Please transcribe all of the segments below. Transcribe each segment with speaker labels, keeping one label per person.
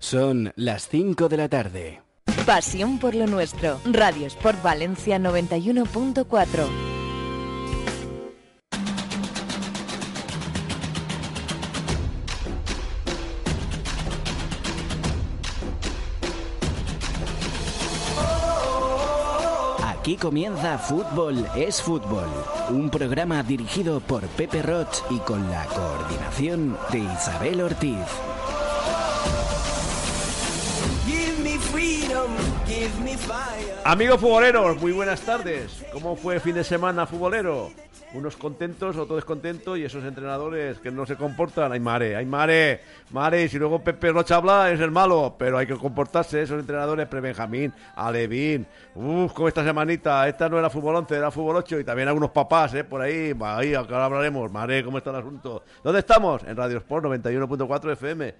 Speaker 1: Son las 5 de la tarde.
Speaker 2: Pasión por lo nuestro. Radio Sport Valencia 91.4.
Speaker 1: Aquí comienza Fútbol es Fútbol, un programa dirigido por Pepe Roch y con la coordinación de Isabel Ortiz.
Speaker 3: Amigos futboleros, muy buenas tardes. ¿Cómo fue el fin de semana futbolero? Unos contentos, otros descontentos y esos entrenadores que no se comportan. Ay, mare, ay, mare, mare. Si luego Pepe Rocha habla, es el malo, pero hay que comportarse. Esos entrenadores, pre-Benjamín, Alevín. Uf, como esta semanita. Esta no era fútbol 11, era fútbol 8 y también algunos papás, ¿eh? Por ahí, ahí, ahora hablaremos. Mare, ¿cómo está el asunto? ¿Dónde estamos? En Radio Sport 91.4 FM.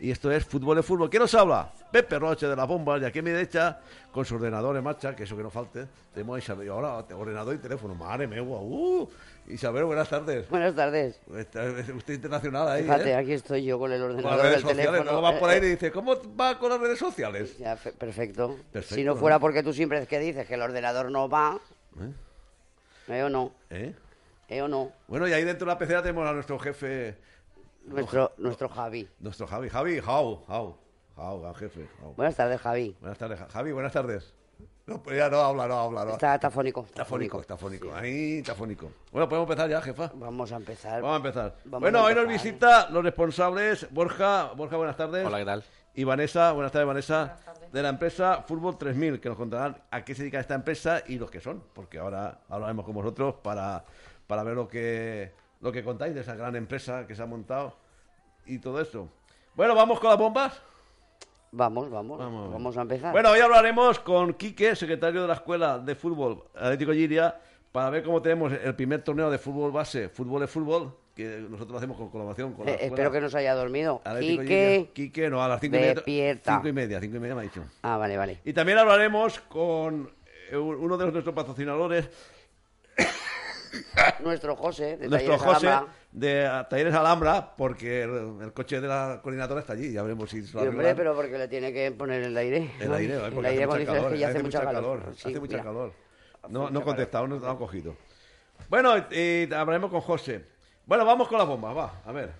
Speaker 3: Y esto es Fútbol de Fútbol. ¿Quién nos habla? Pepe Roche de las bombas. Y aquí a mi derecha, con su ordenador en marcha, que eso que no falte, tenemos a Isabel. Y ahora, ordenador y teléfono. Madre mía, uh. Isabel, buenas tardes.
Speaker 4: Buenas tardes.
Speaker 3: Está- Usted internacional ahí,
Speaker 4: Fíjate,
Speaker 3: ¿eh?
Speaker 4: aquí estoy yo con el
Speaker 3: Con
Speaker 4: ordenador
Speaker 3: las redes
Speaker 4: del
Speaker 3: sociales.
Speaker 4: teléfono.
Speaker 3: Luego va
Speaker 4: Eh,
Speaker 3: por ahí y
Speaker 4: eh,
Speaker 3: dice, ¿cómo va con las redes sociales?
Speaker 4: ya, fe- perfecto.
Speaker 3: Perfecto,
Speaker 4: Si no
Speaker 3: ¿no?
Speaker 4: fuera porque tú siempre es que dices que el ordenador no va,
Speaker 3: ¿Eh?
Speaker 4: ¿eh o no?
Speaker 3: ¿Eh?
Speaker 4: ¿Eh o no?
Speaker 3: Bueno, y ahí dentro de la pecera tenemos a nuestro jefe,
Speaker 4: Nuestro, nuestro Javi.
Speaker 3: nuestro Javi. Javi, how, how, how, al jefe. how.
Speaker 4: Buenas tardes, Javi.
Speaker 3: Buenas tardes, Ja- Javi, buenas tardes. No, pues ya no habla, no habla, no.
Speaker 4: Está, está fónico.
Speaker 3: Está fónico, está fónico. Ahí, está fónico. Bueno, podemos empezar ya, jefa.
Speaker 4: Vamos a empezar.
Speaker 3: Vamos a empezar.
Speaker 4: Vamos
Speaker 3: bueno,
Speaker 4: a
Speaker 3: hoy nos
Speaker 4: empezar.
Speaker 3: visita los responsables, Borja, Borja, buenas tardes.
Speaker 5: Hola, ¿qué tal?
Speaker 3: Y Vanessa, buenas tardes, Vanessa, de la empresa Fútbol 3000, que nos contarán a qué se dedica esta empresa y los que son, porque ahora hablaremos con vosotros para, para ver lo que, lo que contáis de esa gran empresa que se ha montado y todo esto. Bueno, vamos con las bombas.
Speaker 4: Vamos, vamos.
Speaker 3: Vamos a
Speaker 4: Vamos,
Speaker 3: ver.
Speaker 4: a empezar. Eh,
Speaker 3: Bueno, hoy hablaremos con Quique, secretario de la Escuela de Fútbol Atlético Giria, para ver cómo tenemos el primer torneo de fútbol base, fútbol es fútbol, que nosotros lo hacemos con colaboración con la
Speaker 4: Eh, espero que no se haya dormido.
Speaker 3: Atlético
Speaker 4: Quique.
Speaker 3: Giria. Quique, no, a las cinco y media.
Speaker 4: despierta.
Speaker 3: Cinco y media, cinco y media me ha dicho.
Speaker 4: Ah, vale, vale.
Speaker 3: Y también hablaremos con eh, uno de nuestros patrocinadores,
Speaker 4: Nuestro José, de
Speaker 3: nuestro
Speaker 4: Talleres
Speaker 3: José,
Speaker 4: Alhambra.
Speaker 3: de ah, Talleres Alhambra, porque el, el coche de la coordinadora está allí, ya veremos si se lo
Speaker 4: Y, hombre,
Speaker 3: arreglan.
Speaker 4: pero porque le tiene que poner el aire.
Speaker 3: El aire, ¿eh? porque
Speaker 4: aire
Speaker 3: hace, mucha
Speaker 4: acondicionado,
Speaker 3: calor,
Speaker 4: que ya
Speaker 3: hace mucha calor.
Speaker 4: Sí,
Speaker 3: hace mucha
Speaker 4: mira.
Speaker 3: calor.
Speaker 4: Hace
Speaker 3: No,
Speaker 4: mucha
Speaker 3: no
Speaker 4: calor.
Speaker 3: contestado, no lo han cogido. Bueno, eh, hablaremos con José. Bueno, vamos con las bombas, va, a ver.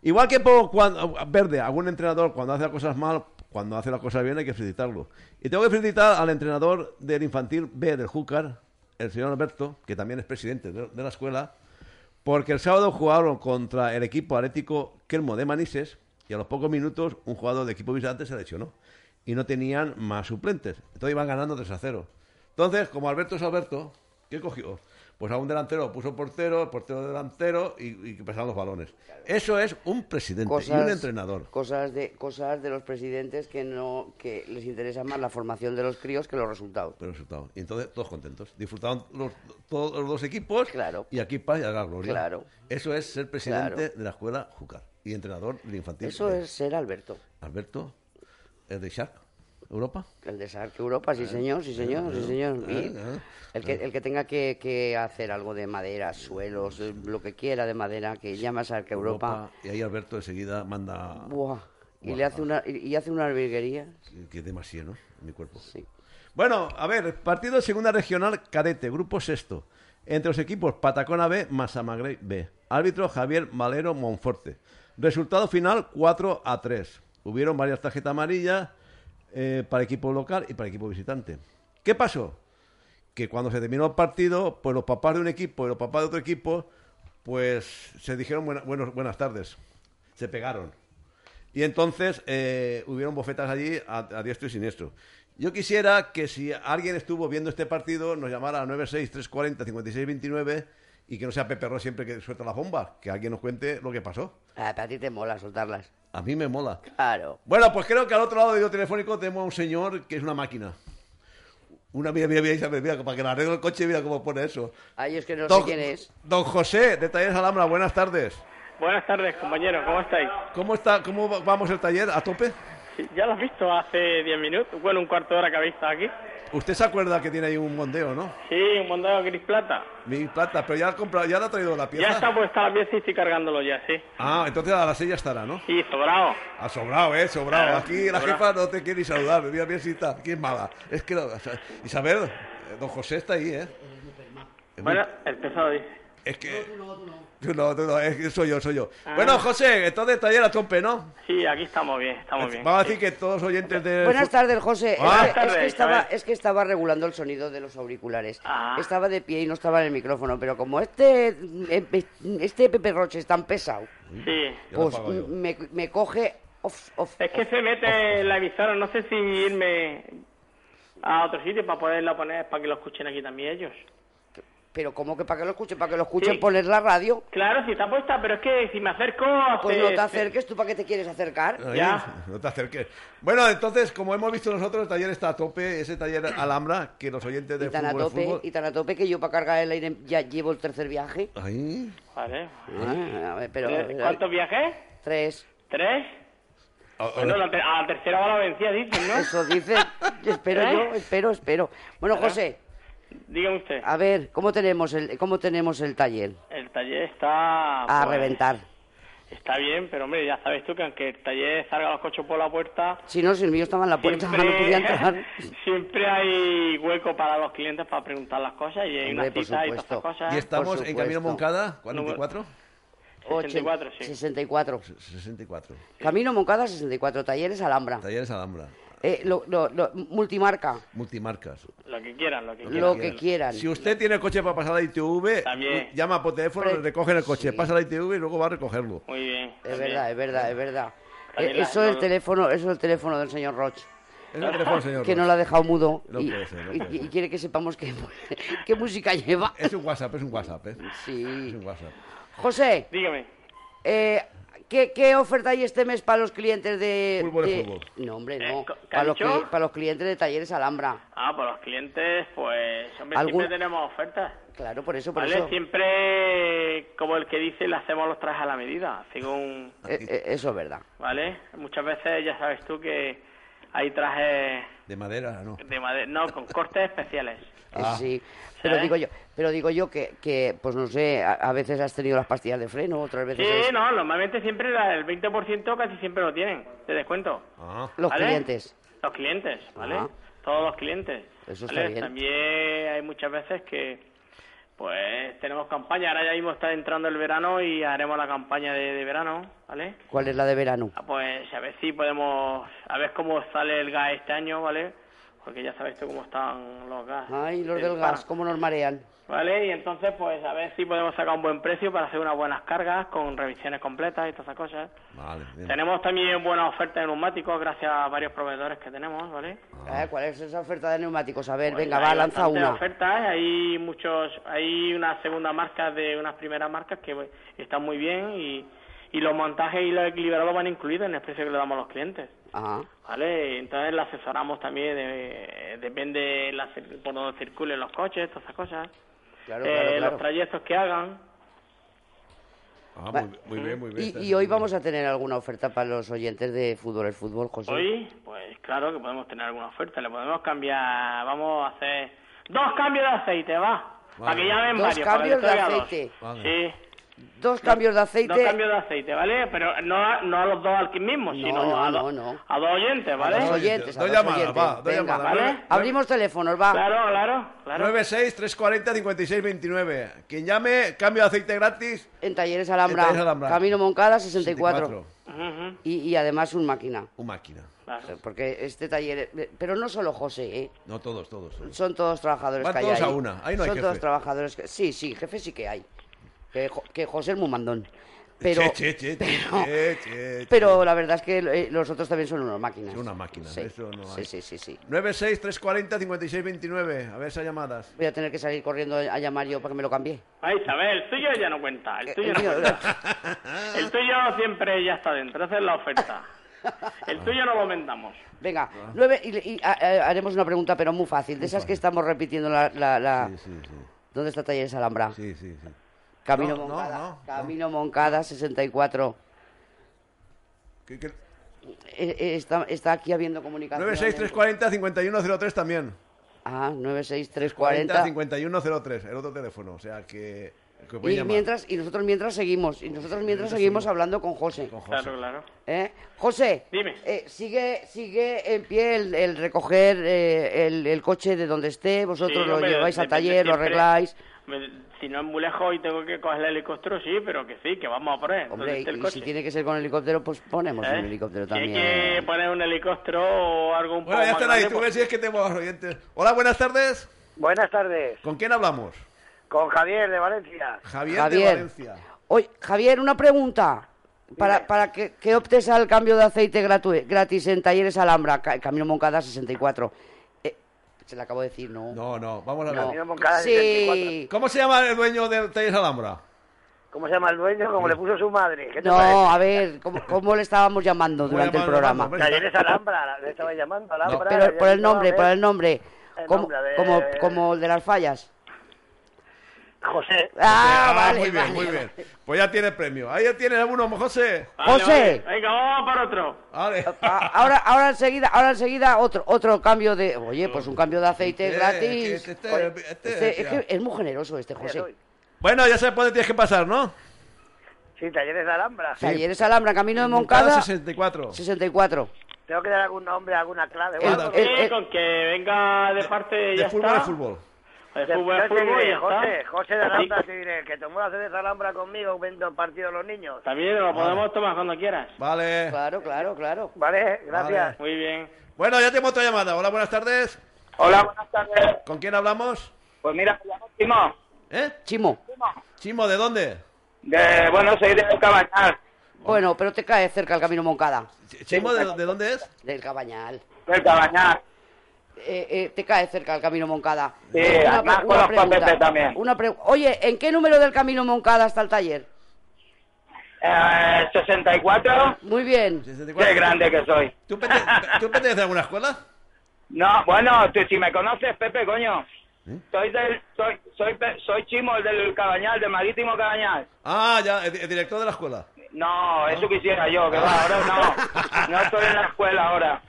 Speaker 3: Igual que por cuando, Verde, algún entrenador cuando hace las cosas mal, cuando hace las cosas bien hay que felicitarlo. Y tengo que felicitar al entrenador del infantil B del Júcar, el señor Alberto, que también es presidente de, de la escuela, porque el sábado jugaron contra el equipo atlético Kelmo de Manises y a los pocos minutos un jugador del equipo visitante se lesionó y no tenían más suplentes. Entonces iban ganando 3 a 0. Entonces, como Alberto es Alberto, ¿qué cogió? Pues a un delantero puso portero, portero delantero y, y pasaron los balones. Eso es un presidente y un entrenador.
Speaker 4: Cosas de, cosas de los presidentes que no que les interesa más la formación de los críos que los resultados.
Speaker 3: Pero resultado. Y entonces todos contentos. Disfrutaron los- todos los dos equipos.
Speaker 4: Claro.
Speaker 3: Y aquí paz y a la gloria.
Speaker 4: Claro.
Speaker 3: Eso es ser presidente
Speaker 4: Claro.
Speaker 3: de la escuela Jucar y entrenador del infantil.
Speaker 4: Eso
Speaker 3: B.
Speaker 4: es ser Alberto.
Speaker 3: Alberto, el de Shark, Europa.
Speaker 4: El de Sark Europa,
Speaker 3: Ah,
Speaker 4: sí señor, sí señor, sí señor. Y
Speaker 3: eh, eh,
Speaker 4: el, que, el que tenga que, que hacer algo de madera, suelos, eh, lo que quiera de madera, que llame a Sark Europa.
Speaker 3: Y ahí Alberto enseguida manda.
Speaker 4: Buah. Y
Speaker 3: Buah.
Speaker 4: le hace una y y hace una alberguería.
Speaker 3: Que es demasiado, ¿no? En mi cuerpo.
Speaker 4: Sí.
Speaker 3: Bueno, a ver, partido de segunda regional cadete, grupo sexto. Entre los equipos Patacona B, Massamagrey B. Árbitro Javier Valero Monforte. Resultado final 4 a 3. Hubieron varias tarjetas amarillas eh, para equipo local y para equipo visitante. ¿Qué pasó? Que cuando se terminó el partido, pues los papás de un equipo y los papás de otro equipo, pues se dijeron buena- buenos- buenas tardes. Se pegaron. Y entonces eh, hubieron bofetas allí a, a diestro y siniestro. Yo quisiera que si alguien estuvo viendo este partido nos llamara a 963405629 y que no sea Pepe Ross siempre que suelta las bombas, que alguien nos cuente lo que pasó.
Speaker 4: Ah, pero a ti te mola soltarlas.
Speaker 3: A mí me mola.
Speaker 4: Claro.
Speaker 3: Bueno, pues creo que al otro lado del hilo telefónico tenemos a un señor que es una máquina. Una mira, mira, mira, mira, mira, para que le arregle el coche, mira cómo pone eso.
Speaker 4: Ay, es que no
Speaker 3: Don-
Speaker 4: sé quién es.
Speaker 3: Don José, de Talleres Alhambra, buenas tardes.
Speaker 5: Buenas tardes, compañero, ¿cómo estáis?
Speaker 3: ¿Cómo está? ¿Cómo va- vamos el taller? ¿A tope?
Speaker 5: Sí, Ya lo has visto hace 10 minutos, bueno, un cuarto de hora que habéis estado aquí.
Speaker 3: Usted se acuerda que tiene ahí un mondeo, ¿no?
Speaker 5: Sí, un mondado gris plata.
Speaker 3: Mi plata, pero ya la, compra, ya la ha traído la pieza.
Speaker 5: Ya está puesta la pieza y estoy cargándolo ya, sí.
Speaker 3: Ah, entonces a las 6 ya estará, ¿no?
Speaker 5: Y sobrado.
Speaker 3: Ha sobrado, ¿eh? Sobrado.
Speaker 5: Claro,
Speaker 3: Aquí la
Speaker 5: sobrado.
Speaker 3: jefa no te quiere ni saludar. Mira, mira si está. Aquí es mala. Es que no, o sea, Isabel, eh, don José está ahí, ¿eh? Es muy-
Speaker 5: Bueno, el pesado dice.
Speaker 3: Es que... Tú no, tú no, es que soy yo, soy yo.
Speaker 5: Ah.
Speaker 3: Bueno, José, entonces taller a tope, ¿no?
Speaker 5: Sí, aquí estamos bien, estamos bien.
Speaker 3: Vamos a decir que todos los oyentes de...
Speaker 4: Buenas tardes, José. Es que-
Speaker 3: Buenas
Speaker 4: es, que,
Speaker 5: tardes,
Speaker 4: estaba,
Speaker 5: Isabel.
Speaker 4: es que estaba regulando el sonido de los auriculares.
Speaker 5: Ah.
Speaker 4: Estaba de pie y no estaba en el micrófono, pero como este, este Pepe Roche es tan pesado,
Speaker 5: Sí.
Speaker 3: Ya lo
Speaker 4: pues
Speaker 3: apago yo.
Speaker 4: me, me coge off, off,
Speaker 5: Es que
Speaker 4: off.
Speaker 5: se mete en la emisora, no sé si irme a otro sitio para poderla poner, para que lo escuchen aquí también ellos.
Speaker 4: Pero como que para que lo escuchen, para que lo escuchen
Speaker 5: Sí.
Speaker 4: poner la radio,
Speaker 5: Claro, si está puesta, pero es que si me acerco... hace-
Speaker 4: pues no te acerques, ¿tú para qué te quieres acercar?
Speaker 3: Ahí,
Speaker 5: Ya.
Speaker 3: No te acerques. Bueno, entonces, como hemos visto nosotros, el taller está a tope, ese taller Alhambra, que los oyentes de
Speaker 4: Y tan a
Speaker 3: fútbol, es
Speaker 4: tope,
Speaker 3: fútbol-
Speaker 4: y tan a tope que yo para cargar el aire ya llevo el tercer viaje.
Speaker 3: Ahí.
Speaker 5: Vale.
Speaker 4: Ah, a ver, pero
Speaker 5: Eh, ¿Cuántos viajes?
Speaker 4: tres.
Speaker 5: ¿Tres?
Speaker 3: A- a-
Speaker 5: Bueno, la ter- a la tercera va la vencida, dicen, ¿no?
Speaker 4: Eso dice, espero
Speaker 5: ¿Eh?
Speaker 4: yo, espero, espero. Bueno, José,
Speaker 5: Dígame usted.
Speaker 4: a ver, ¿cómo tenemos el, cómo tenemos el taller?
Speaker 5: El taller está...
Speaker 4: A
Speaker 5: pues,
Speaker 4: reventar.
Speaker 5: Está bien, pero hombre, ya sabes tú que aunque el taller salga los coches por la puerta...
Speaker 4: Si no, si el mío estaba en la puerta, no podía entrar.
Speaker 5: siempre hay hueco para los clientes para preguntar las cosas y hay
Speaker 4: Hombre,
Speaker 5: una
Speaker 4: por
Speaker 5: cita y todas
Speaker 4: supuesto.
Speaker 5: estas cosas.
Speaker 3: Y estamos en
Speaker 4: supuesto.
Speaker 3: Camino Moncada, 44.
Speaker 5: 64,
Speaker 4: Ocho-
Speaker 5: sí.
Speaker 4: 64.
Speaker 3: 64.
Speaker 4: Camino Moncada 64, talleres Alhambra.
Speaker 3: Talleres Alhambra.
Speaker 4: Eh, lo- lo- lo- multimarca,
Speaker 3: Multimarcas.
Speaker 5: Lo que quieran, lo que quieran.
Speaker 4: lo que quieran.
Speaker 3: Si usted tiene coche para pasar la ITV,
Speaker 5: También.
Speaker 3: llama por teléfono,
Speaker 4: Pre-
Speaker 3: le recogen el coche,
Speaker 4: sí.
Speaker 3: pasa la ITV y luego va a recogerlo.
Speaker 5: Muy bien.
Speaker 4: Es
Speaker 5: también.
Speaker 4: verdad, es verdad, es verdad.
Speaker 5: También
Speaker 4: Eh,
Speaker 5: la-
Speaker 4: eso es el
Speaker 5: no-
Speaker 4: teléfono, eso es el teléfono del señor Roche.
Speaker 3: Es el teléfono, señor.
Speaker 4: que no
Speaker 3: Ross.
Speaker 4: lo ha dejado mudo
Speaker 3: No
Speaker 4: y,
Speaker 3: puede ser, no
Speaker 4: y-
Speaker 3: puede
Speaker 4: y
Speaker 3: ser.
Speaker 4: quiere que sepamos qué, qué música lleva.
Speaker 3: Es un WhatsApp, es un WhatsApp, ¿eh? Es
Speaker 4: Sí.
Speaker 3: un WhatsApp.
Speaker 4: José,
Speaker 5: Dígame.
Speaker 4: eh, ¿qué, qué oferta hay este mes para los clientes de...
Speaker 3: Fútbol es
Speaker 4: de-
Speaker 3: fútbol.
Speaker 4: No, hombre,
Speaker 5: Eh,
Speaker 4: no.
Speaker 5: ¿qué ha
Speaker 4: Para los,
Speaker 5: dicho?
Speaker 4: cli- para los clientes de talleres Alhambra.
Speaker 5: Ah, pues los clientes, pues, hombre,
Speaker 4: ¿Algún-
Speaker 5: siempre tenemos ofertas.
Speaker 4: Claro, por eso, por
Speaker 5: ¿Vale?
Speaker 4: eso.
Speaker 5: Siempre, como el que dice, le hacemos los trajes a la medida, según...
Speaker 4: Eh, eh, eso es verdad.
Speaker 5: ¿Vale? Muchas veces ya sabes tú que hay trajes
Speaker 3: De madera, no.
Speaker 5: de madera, no, con cortes especiales.
Speaker 4: Eh,
Speaker 3: Ah.
Speaker 4: Sí. Pero
Speaker 5: ¿Eh?
Speaker 4: digo yo, pero digo yo que, que, pues no sé, a, a veces has tenido las pastillas de freno, otras veces...
Speaker 5: Sí,
Speaker 4: es-
Speaker 5: no, normalmente siempre la- el 20% casi siempre lo tienen, de descuento.
Speaker 3: Ah.
Speaker 4: Los
Speaker 5: ¿vale?
Speaker 4: clientes.
Speaker 5: Los clientes, ¿vale?
Speaker 4: Ah.
Speaker 5: Todos los clientes.
Speaker 4: Eso
Speaker 5: ¿vale?
Speaker 4: está bien.
Speaker 5: También hay muchas veces que, pues, tenemos campaña. Ahora ya mismo está entrando el verano y haremos la campaña de, de verano, ¿vale?
Speaker 4: ¿Cuál es la de verano?
Speaker 5: Ah, Pues a ver si podemos, a ver cómo sale el gas este año, ¿vale? Porque ya sabes tú cómo están los gas.
Speaker 4: Ay, los
Speaker 5: Eh,
Speaker 4: del
Speaker 5: para-
Speaker 4: gas, cómo nos marean.
Speaker 5: Vale, y entonces pues a ver si podemos sacar un buen precio para hacer unas buenas cargas con revisiones completas y todas esas cosas.
Speaker 3: Vale, bien.
Speaker 5: Tenemos también buenas ofertas de neumáticos gracias a varios proveedores que tenemos, ¿vale?
Speaker 3: Ah.
Speaker 4: Eh, ¿Cuál es esa oferta de neumáticos? A ver,
Speaker 5: Pues,
Speaker 4: venga, va,
Speaker 5: hay
Speaker 4: lanza
Speaker 5: bastantes
Speaker 4: una.
Speaker 5: ofertas, hay muchos, hay una segunda marca de unas primeras marcas que bueno, están muy bien y, y los montajes y los equilibrados van incluidos en el precio que le damos a los clientes.
Speaker 4: Ajá.
Speaker 5: ¿Vale? Entonces la asesoramos también, de- depende la cir- por donde circulen los coches, todas esas cosas.
Speaker 4: Claro,
Speaker 5: Eh,
Speaker 4: claro, claro.
Speaker 5: Los trayectos que hagan.
Speaker 3: Ah, muy, muy bien, muy bien.
Speaker 4: Y, y hoy vamos a tener alguna oferta para los oyentes de Fútbol el Fútbol, José.
Speaker 5: Hoy, pues claro que podemos tener alguna oferta, le podemos cambiar, vamos a hacer dos cambios de aceite, va. Para que llamen
Speaker 4: Dos
Speaker 5: varios.
Speaker 4: cambios
Speaker 5: para que
Speaker 4: de
Speaker 5: traiga dos.
Speaker 4: aceite.
Speaker 3: Vale.
Speaker 5: Sí,
Speaker 4: Dos cambios de
Speaker 5: dos
Speaker 4: aceite.
Speaker 5: cambios de aceite, ¿vale? Pero no a, no a los dos al mismo,
Speaker 4: No,
Speaker 5: sino
Speaker 4: no,
Speaker 5: a, dos-
Speaker 4: no, no.
Speaker 5: a dos oyentes, ¿vale?
Speaker 4: Los oyentes, a
Speaker 3: Dos
Speaker 4: los
Speaker 3: llamadas,
Speaker 4: oyentes.
Speaker 3: va, dos
Speaker 4: Venga,
Speaker 3: llamadas.
Speaker 5: ¿vale?
Speaker 3: Nueve-
Speaker 4: abrimos teléfonos, va.
Speaker 5: Claro, claro, claro.
Speaker 3: 96 340 56 29. Quien llame, cambio de aceite gratis.
Speaker 4: En Talleres Alhambra,
Speaker 3: En Talleres Alhambra.
Speaker 4: Camino Moncada 64.
Speaker 5: Ujú, ujú,
Speaker 4: Y, y además un máquina.
Speaker 3: Un máquina.
Speaker 5: claro.
Speaker 4: Porque este taller. Pero no solo José, ¿eh?
Speaker 3: No todos, todos. todos.
Speaker 4: Son todos trabajadores
Speaker 3: Van
Speaker 4: que hay
Speaker 3: todos
Speaker 4: ahí.
Speaker 3: a una, ahí no
Speaker 4: Son
Speaker 3: hay jefe.
Speaker 4: todos trabajadores que... Sí, sí, jefe sí que hay. Que, Jo- que José es muy mandón. Pero,
Speaker 3: Che, che, che,
Speaker 4: pero,
Speaker 3: che, che, che.
Speaker 4: pero la verdad es que eh, los otros también son unas máquinas.
Speaker 3: Son unas máquinas,
Speaker 4: Sí,
Speaker 3: eso no
Speaker 4: sí,
Speaker 3: hay.
Speaker 4: sí, sí, sí.
Speaker 3: 963405629. A ver esas llamadas.
Speaker 4: Voy a tener que salir corriendo a llamar yo para que me lo cambie.
Speaker 5: Ay, Isabel, el tuyo ya no cuenta. El
Speaker 4: Eh,
Speaker 5: tuyo
Speaker 4: el
Speaker 5: no
Speaker 4: mío,
Speaker 5: cuenta. El tuyo siempre ya está dentro. Esa es la oferta. El tuyo no lo vendamos.
Speaker 4: Venga, nueve, y, y, ah, eh, haremos una pregunta, pero muy fácil. De esas que estamos repitiendo la... la- la-
Speaker 3: Sí, sí, sí.
Speaker 4: ¿Dónde está Talleres Alhambra?
Speaker 3: Sí, sí, sí.
Speaker 4: Camino
Speaker 3: No, no,
Speaker 4: Moncada.
Speaker 3: no, no.
Speaker 4: Camino Moncada 64.
Speaker 3: ¿Qué- qué?
Speaker 4: Eh, eh, está, está aquí habiendo comunicación.
Speaker 3: 96340-5103 también.
Speaker 4: Ah, 96340.
Speaker 3: 40-5103, el otro teléfono. O sea que. que puede
Speaker 4: Y,
Speaker 3: llamar.
Speaker 4: mientras, y nosotros mientras seguimos. Y nosotros mientras seguimos hablando con José.
Speaker 3: Con José.
Speaker 5: Claro, claro.
Speaker 4: ¿Eh? José,
Speaker 5: Dime.
Speaker 4: eh, sigue, sigue en pie el, el recoger eh, el, el coche de donde esté, vosotros
Speaker 5: Sí,
Speaker 4: lo
Speaker 5: hombre,
Speaker 4: lleváis al
Speaker 5: depende
Speaker 4: taller, lo
Speaker 5: siempre.
Speaker 4: arregláis.
Speaker 5: Me- Si no es muy lejos y tengo que coger el helicóptero, sí, pero que sí, que vamos a poner. ¿Dónde
Speaker 4: Hombre,
Speaker 5: está el
Speaker 4: y
Speaker 5: coche?
Speaker 4: si tiene que ser con helicóptero, pues ponemos
Speaker 5: ¿Eh?
Speaker 4: un helicóptero
Speaker 5: Si hay
Speaker 4: también.
Speaker 5: que poner un helicóptero o algo un
Speaker 3: Bueno,
Speaker 5: poco
Speaker 3: ya
Speaker 5: más
Speaker 3: están ahí.
Speaker 5: grande, pues,
Speaker 3: Tú ves si es que tenemos oyentes. Hola, buenas tardes.
Speaker 6: Buenas tardes,
Speaker 3: ¿Con quién hablamos?
Speaker 6: con Javier de Valencia.
Speaker 3: Javier, de
Speaker 4: Javier.
Speaker 3: Valencia.
Speaker 4: Oye, Javier, una pregunta. Para, para que, que optes al cambio de aceite gratu- gratis en Talleres Alhambra, ca- Camino Moncada 64. Eh, se le acabo de decir, ¿no?
Speaker 3: No, no, vamos a ver.
Speaker 4: No.
Speaker 6: Camino Moncada
Speaker 4: sí.
Speaker 3: ¿Cómo se llama el dueño del Talleres Alhambra?
Speaker 6: ¿Cómo se llama el dueño? Como le puso su madre. ¿Qué te
Speaker 4: No,
Speaker 6: parece?
Speaker 4: a ver, ¿cómo, cómo le estábamos llamando
Speaker 3: ¿Cómo
Speaker 4: durante el
Speaker 3: llamamos,
Speaker 4: programa?
Speaker 3: llamamos?
Speaker 6: Talleres Alhambra, le estaba llamando Alhambra.
Speaker 4: Pero por el nombre, por el
Speaker 6: nombre.
Speaker 4: nombre.
Speaker 6: El
Speaker 4: Como,
Speaker 6: nombre de-
Speaker 4: como, como el de las fallas.
Speaker 6: José,
Speaker 4: Ah, vale,
Speaker 3: muy bien,
Speaker 4: vale,
Speaker 3: muy
Speaker 4: vale.
Speaker 3: bien. Pues ya tienes premio. Ahí ya tienes alguno, José.
Speaker 4: José.
Speaker 5: Venga, vamos para otro.
Speaker 3: Vale.
Speaker 4: Ah, Ahora, ahora enseguida, ahora enseguida otro, otro cambio de, oye, pues un cambio de aceite
Speaker 3: Este,
Speaker 4: gratis.
Speaker 3: este, este,
Speaker 4: Oye,
Speaker 3: este,
Speaker 4: este- es
Speaker 3: ya.
Speaker 4: que es muy generoso este José.
Speaker 6: soy.
Speaker 3: Bueno, ya sabes por dónde tienes que pasar, ¿no?
Speaker 6: sí, Talleres Alhambra.
Speaker 4: Talleres Alhambra, Camino de Moncada,
Speaker 3: 64.
Speaker 4: 64.
Speaker 6: Tengo que dar algún nombre, alguna clave. o
Speaker 4: El-
Speaker 6: algo.
Speaker 4: el-
Speaker 5: Sí, con que venga de parte
Speaker 3: de
Speaker 5: ya
Speaker 3: fútbol
Speaker 5: está.
Speaker 3: a fútbol.
Speaker 5: De
Speaker 7: Pues
Speaker 6: Yo
Speaker 5: fútbol a
Speaker 6: te
Speaker 5: fútbol
Speaker 6: diré,
Speaker 5: ya
Speaker 6: José,
Speaker 5: está.
Speaker 6: José de Alhambra
Speaker 5: Así-
Speaker 6: te diré que tomó Talleres Alhambra conmigo, vendo partido a los niños.
Speaker 5: También lo podemos tomar cuando quieras.
Speaker 3: Vale.
Speaker 4: Claro, claro, claro.
Speaker 6: Vale, gracias.
Speaker 5: Muy bien.
Speaker 3: Bueno, ya tenemos otra llamada. Hola, buenas tardes.
Speaker 7: Hola, buenas tardes.
Speaker 3: ¿Con quién hablamos?
Speaker 7: Pues mira, me llamo Simón.
Speaker 3: ¿Eh?
Speaker 4: Chimo.
Speaker 3: Chimo, ¿de dónde?
Speaker 7: De, bueno, soy de Cabañal,
Speaker 4: Bueno, pero te cae cerca el Camino Moncada.
Speaker 3: Ch- Chimo, ¿de, de dónde es?
Speaker 4: Del Cabañal.
Speaker 7: del Cabañal.
Speaker 4: Eh, eh, te cae cerca el Camino Moncada.
Speaker 7: Sí, además conozco a Pepe también.
Speaker 4: una pre- Oye, ¿en qué número del Camino Moncada está el taller?
Speaker 7: Eh, 64,
Speaker 4: Muy bien.
Speaker 3: 64.
Speaker 7: qué grande que soy.
Speaker 3: ¿Tú, perte- ¿Tú perteneces a alguna escuela?
Speaker 7: No, bueno, tú, si me conoces, Pepe, coño. Soy del, soy, soy, Pe- soy Chimo, el del Cabañal, del Marítimo Cabañal.
Speaker 3: Ah, ya, el, el director de la escuela.
Speaker 7: No, eso quisiera yo, que va, ahora no. No estoy en la escuela ahora.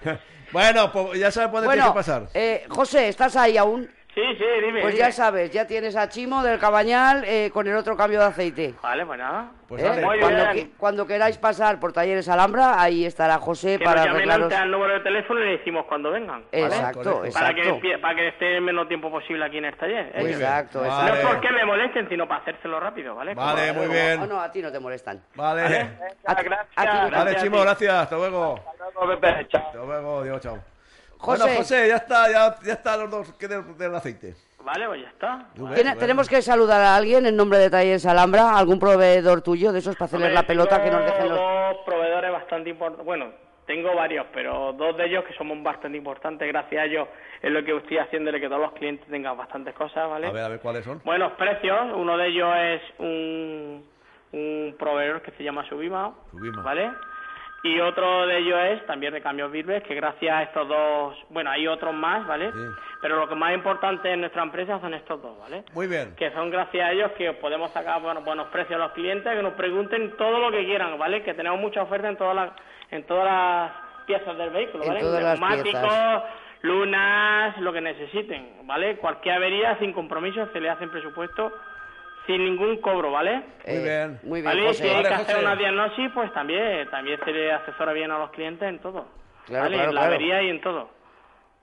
Speaker 3: Bueno, pues ya sabes por dónde
Speaker 4: Bueno,
Speaker 3: tienes que pasar.
Speaker 4: eh, José, ¿estás ahí aún?
Speaker 5: Sí, sí, dime.
Speaker 4: Pues
Speaker 5: dime.
Speaker 4: ya sabes, ya tienes a Chimo del Cabañal eh, con el otro cambio de aceite.
Speaker 5: Vale, pues nada.
Speaker 3: Pues
Speaker 4: ¿eh?
Speaker 3: dale.
Speaker 7: Muy
Speaker 4: Cuando,
Speaker 7: bien.
Speaker 4: que- cuando queráis pasar por Talleres Alhambra, ahí estará José
Speaker 5: Que
Speaker 4: para
Speaker 5: nos llamen
Speaker 4: arreglaros.
Speaker 5: antes al número de teléfono y le decimos cuando vengan.
Speaker 4: Exacto,
Speaker 3: Vale,
Speaker 5: Para que,
Speaker 4: exacto.
Speaker 5: empie- para que esté el menos tiempo posible aquí en el taller. ¿eh?
Speaker 4: Muy
Speaker 5: Que-
Speaker 4: bien. Exacto,
Speaker 3: Vale.
Speaker 5: No es porque me molesten, sino para hacérselo rápido, ¿vale?
Speaker 3: Vale,
Speaker 5: Como-
Speaker 3: muy
Speaker 4: No,
Speaker 3: bien.
Speaker 4: no, no, a ti no te molestan.
Speaker 3: Vale.
Speaker 4: A ti-
Speaker 7: gracias.
Speaker 4: a ti no te-
Speaker 3: Vale, Chimo, gracias. Hasta luego.
Speaker 7: Luego, Pepe, chao.
Speaker 3: Hasta luego, Dios, chao.
Speaker 4: José.
Speaker 3: Bueno, José, ya está, ya, ya está los dos que del, del aceite.
Speaker 5: Vale, pues ya está.
Speaker 3: Tú ves,
Speaker 4: ¿Tiene-
Speaker 3: bueno.
Speaker 4: Tenemos que saludar a alguien en nombre de Talleres Alhambra, algún proveedor tuyo de esos para hacerles
Speaker 5: Hombre,
Speaker 4: la pelota que nos
Speaker 5: tengo
Speaker 4: dejen los...
Speaker 5: dos proveedores bastante importantes. Bueno, tengo varios, pero dos de ellos que somos bastante importantes. Gracias a ellos es lo que estoy haciéndole que todos los clientes tengan bastantes cosas, ¿vale?
Speaker 3: A ver, a ver cuáles son.
Speaker 5: Buenos precios. Uno de ellos es un, un proveedor que se llama Subima,
Speaker 3: Subima.
Speaker 5: ¿vale? Y otro de ellos es también de cambios Virbes, que gracias a estos dos, bueno, hay otros más, ¿vale?
Speaker 3: Sí.
Speaker 5: Pero lo que más importante en nuestra empresa son estos dos, ¿vale?
Speaker 3: Muy bien.
Speaker 5: que son gracias a ellos que podemos sacar bueno, buenos precios a los clientes, que nos pregunten todo lo que quieran, ¿vale? Que tenemos mucha oferta en todas las en todas las piezas del vehículo,
Speaker 4: En
Speaker 5: ¿vale?
Speaker 4: todas las
Speaker 5: Neumáticos, lunas, lo que necesiten, ¿vale? Cualquier avería sin compromiso se le hace en presupuesto sin ningún cobro, ¿vale?
Speaker 3: Muy bien.
Speaker 4: Eh, Muy bien,
Speaker 5: ¿Vale? Si
Speaker 4: José.
Speaker 5: hay
Speaker 3: Vale,
Speaker 5: que hacer
Speaker 3: José.
Speaker 5: una diagnosis, pues también también se le asesora bien a los clientes en todo,
Speaker 4: Claro,
Speaker 5: ¿vale?
Speaker 4: claro,
Speaker 5: en la
Speaker 4: claro.
Speaker 5: avería y en todo.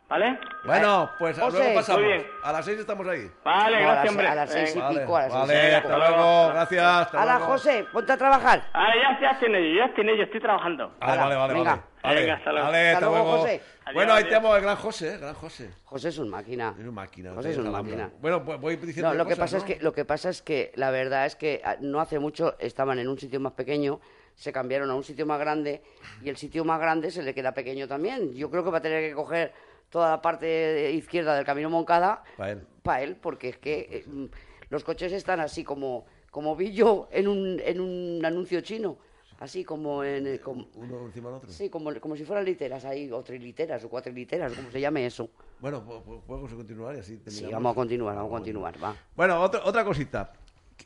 Speaker 5: ¿Vale?
Speaker 3: Bueno, pues
Speaker 4: José,
Speaker 3: luego
Speaker 5: muy
Speaker 3: pasamos.
Speaker 5: bien.
Speaker 3: A las seis estamos ahí.
Speaker 5: Vale,
Speaker 4: No, a
Speaker 5: gracias,
Speaker 4: las-
Speaker 5: hombre.
Speaker 4: a las seis y
Speaker 5: Venga.
Speaker 3: Vale,
Speaker 4: pico, a las seis y
Speaker 3: vale,
Speaker 4: pico.
Speaker 3: hasta luego, gracias. Hasta
Speaker 4: Hala,
Speaker 3: luego.
Speaker 4: José, ponte a trabajar.
Speaker 5: Ahora Ah, ya, ya estoy en ello, ya estoy en ello, estoy trabajando.
Speaker 3: Ah,
Speaker 4: Hala,
Speaker 3: vale, vale,
Speaker 4: venga.
Speaker 3: vale. Vale,
Speaker 5: Venga, hasta luego.
Speaker 3: vale,
Speaker 4: Hasta luego, José.
Speaker 3: Bueno, ahí
Speaker 5: Adiós,
Speaker 3: tenemos el gran José, eh, gran José.
Speaker 4: José es un máquina.
Speaker 3: Es una máquina.
Speaker 4: José es
Speaker 3: de
Speaker 4: una
Speaker 3: Alhambra.
Speaker 4: máquina.
Speaker 3: Bueno, pues voy diciendo
Speaker 4: No, lo que
Speaker 3: cosas,
Speaker 4: pasa es
Speaker 3: ¿no?
Speaker 4: que lo que pasa es que la verdad es que ah, no hace mucho estaban en un sitio más pequeño, se cambiaron a un sitio más grande y el sitio más grande se le queda pequeño también. Yo creo que va a tener que coger toda la parte de- izquierda del Camino Moncada
Speaker 3: Pa' él.
Speaker 4: pa' él, porque es que eh, mm, los coches están así como como vi yo en un en un anuncio chino, así como en eh, como-
Speaker 3: Uno encima del otro.
Speaker 4: sí, como como si fueran literas ahí o triliteras o cuatriliteras, como se llame eso.
Speaker 3: Bueno, pues pues, podemos continuar y así
Speaker 4: Sí,
Speaker 3: terminamos.
Speaker 4: vamos a continuar,
Speaker 3: Ah,
Speaker 4: vamos a continuar, va.
Speaker 3: Bueno, otra, otra cosita.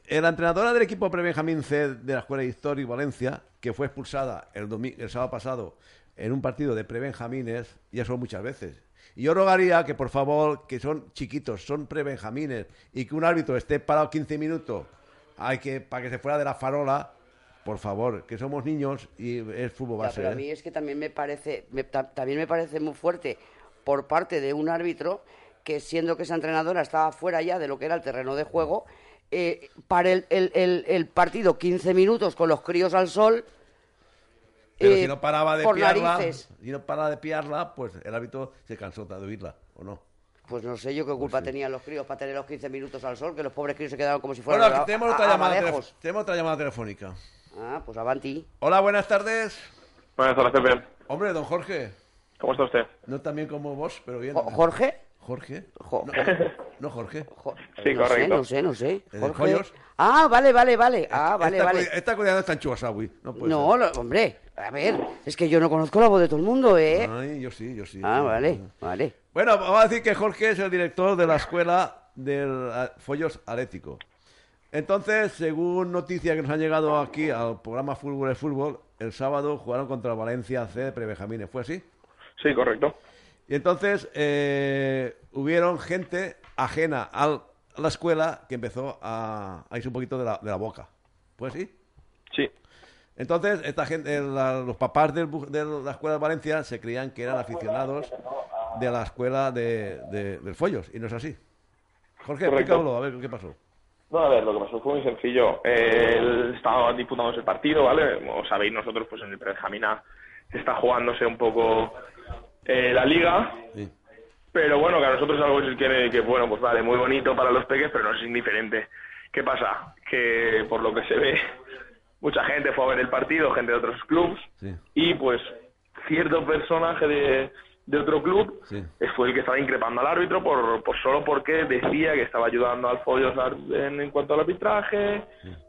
Speaker 3: Eh, La entrenadora del equipo pre-Benjamín C de la Escuela de Historia y Valencia, que fue expulsada el, domi- el sábado pasado en un partido de pre-Benjamines, ya son muchas veces. Y yo rogaría que, por favor, que son chiquitos, son pre-Benjamines, y que un árbitro esté parado 15 minutos hay que, para que se fuera de la farola, por favor, que somos niños y es fútbol
Speaker 4: Ya,
Speaker 3: base.
Speaker 4: pero a
Speaker 3: ¿eh?
Speaker 4: mí es que también me parece, me- ta- también me parece muy fuerte por parte de un árbitro que siendo que esa entrenadora estaba fuera ya de lo que era el terreno de juego, eh, para el, el- el- el partido 15 minutos con los críos al sol.
Speaker 3: Pero
Speaker 4: eh,
Speaker 3: si no paraba de
Speaker 4: por
Speaker 3: piarla,
Speaker 4: narices.
Speaker 3: si no paraba de piarla, pues el árbitro se cansó de oírla, ¿o no?
Speaker 4: Pues no sé yo qué culpa tenían los críos para tener los 15 minutos al sol, que los pobres críos se quedaron como si fueran
Speaker 3: Bueno,
Speaker 4: a-
Speaker 3: aquí tenemos
Speaker 4: a-
Speaker 3: otra,
Speaker 4: a
Speaker 3: llamada
Speaker 4: malejos.
Speaker 3: telef- tenemos otra llamada telefónica.
Speaker 4: Ah, pues avanti.
Speaker 3: Hola, buenas tardes.
Speaker 8: Buenas tardes, Pepe.
Speaker 3: Hombre, don Jorge.
Speaker 8: ¿Cómo está usted?
Speaker 3: No tan bien como vos, pero bien.
Speaker 4: Jo- ¿Jorge?
Speaker 3: Jorge.
Speaker 4: Jo-
Speaker 3: No, no, Jorge.
Speaker 4: Jo-
Speaker 8: Sí,
Speaker 4: no
Speaker 8: correcto.
Speaker 4: Sé, no sé,
Speaker 3: ¿El
Speaker 4: no sé.
Speaker 3: de Eh, Joyos?
Speaker 4: Ah, vale, vale, vale. Ah, vale,
Speaker 3: está,
Speaker 4: vale.
Speaker 3: cudi- Está cuidando esta anchoa, güey. No puede
Speaker 4: No, lo- hombre, a ver, es que yo no conozco la voz de todo el mundo, ¿eh?
Speaker 3: ser. Ay, yo sí, yo sí.
Speaker 4: Ah, vale, vale.
Speaker 3: Bueno, vamos a decir que Jorge es el director de la escuela del ah, Follos Atlético. Entonces, según noticias que nos han llegado aquí al programa Fútbol es Fútbol, el sábado jugaron contra el Valencia C de Prebenjamines. ¿Fue así?
Speaker 8: Sí, correcto.
Speaker 3: Y entonces eh, hubieron gente ajena al- a la escuela que empezó a, a irse un poquito de la, de la boca. Pues sí.
Speaker 8: Sí.
Speaker 3: Entonces, esta gente, el- la- los papás del bu- de la escuela de Valencia se creían que eran aficionados de la escuela de, de- del Follos, y no es así. Jorge,
Speaker 8: Correcto.
Speaker 3: explícalo, a ver qué pasó.
Speaker 8: No, a ver, lo que pasó fue muy sencillo. Eh, él estaba disputándose el partido, ¿vale? Como sabéis nosotros, pues en el Benjamina está jugándose un poco eh, la liga.
Speaker 3: Sí.
Speaker 8: Pero bueno, que a nosotros es algo que, que, bueno, pues vale, muy bonito para los peques, pero no es indiferente. ¿Qué pasa? Que por lo que se ve, mucha gente fue a ver el partido, gente de otros clubes,
Speaker 3: Sí.
Speaker 8: y pues cierto personaje de, de otro club
Speaker 3: Sí.
Speaker 8: eh, fue el que estaba increpando al árbitro por, por solo porque decía que estaba ayudando al Follos ar- en, en cuanto al arbitraje,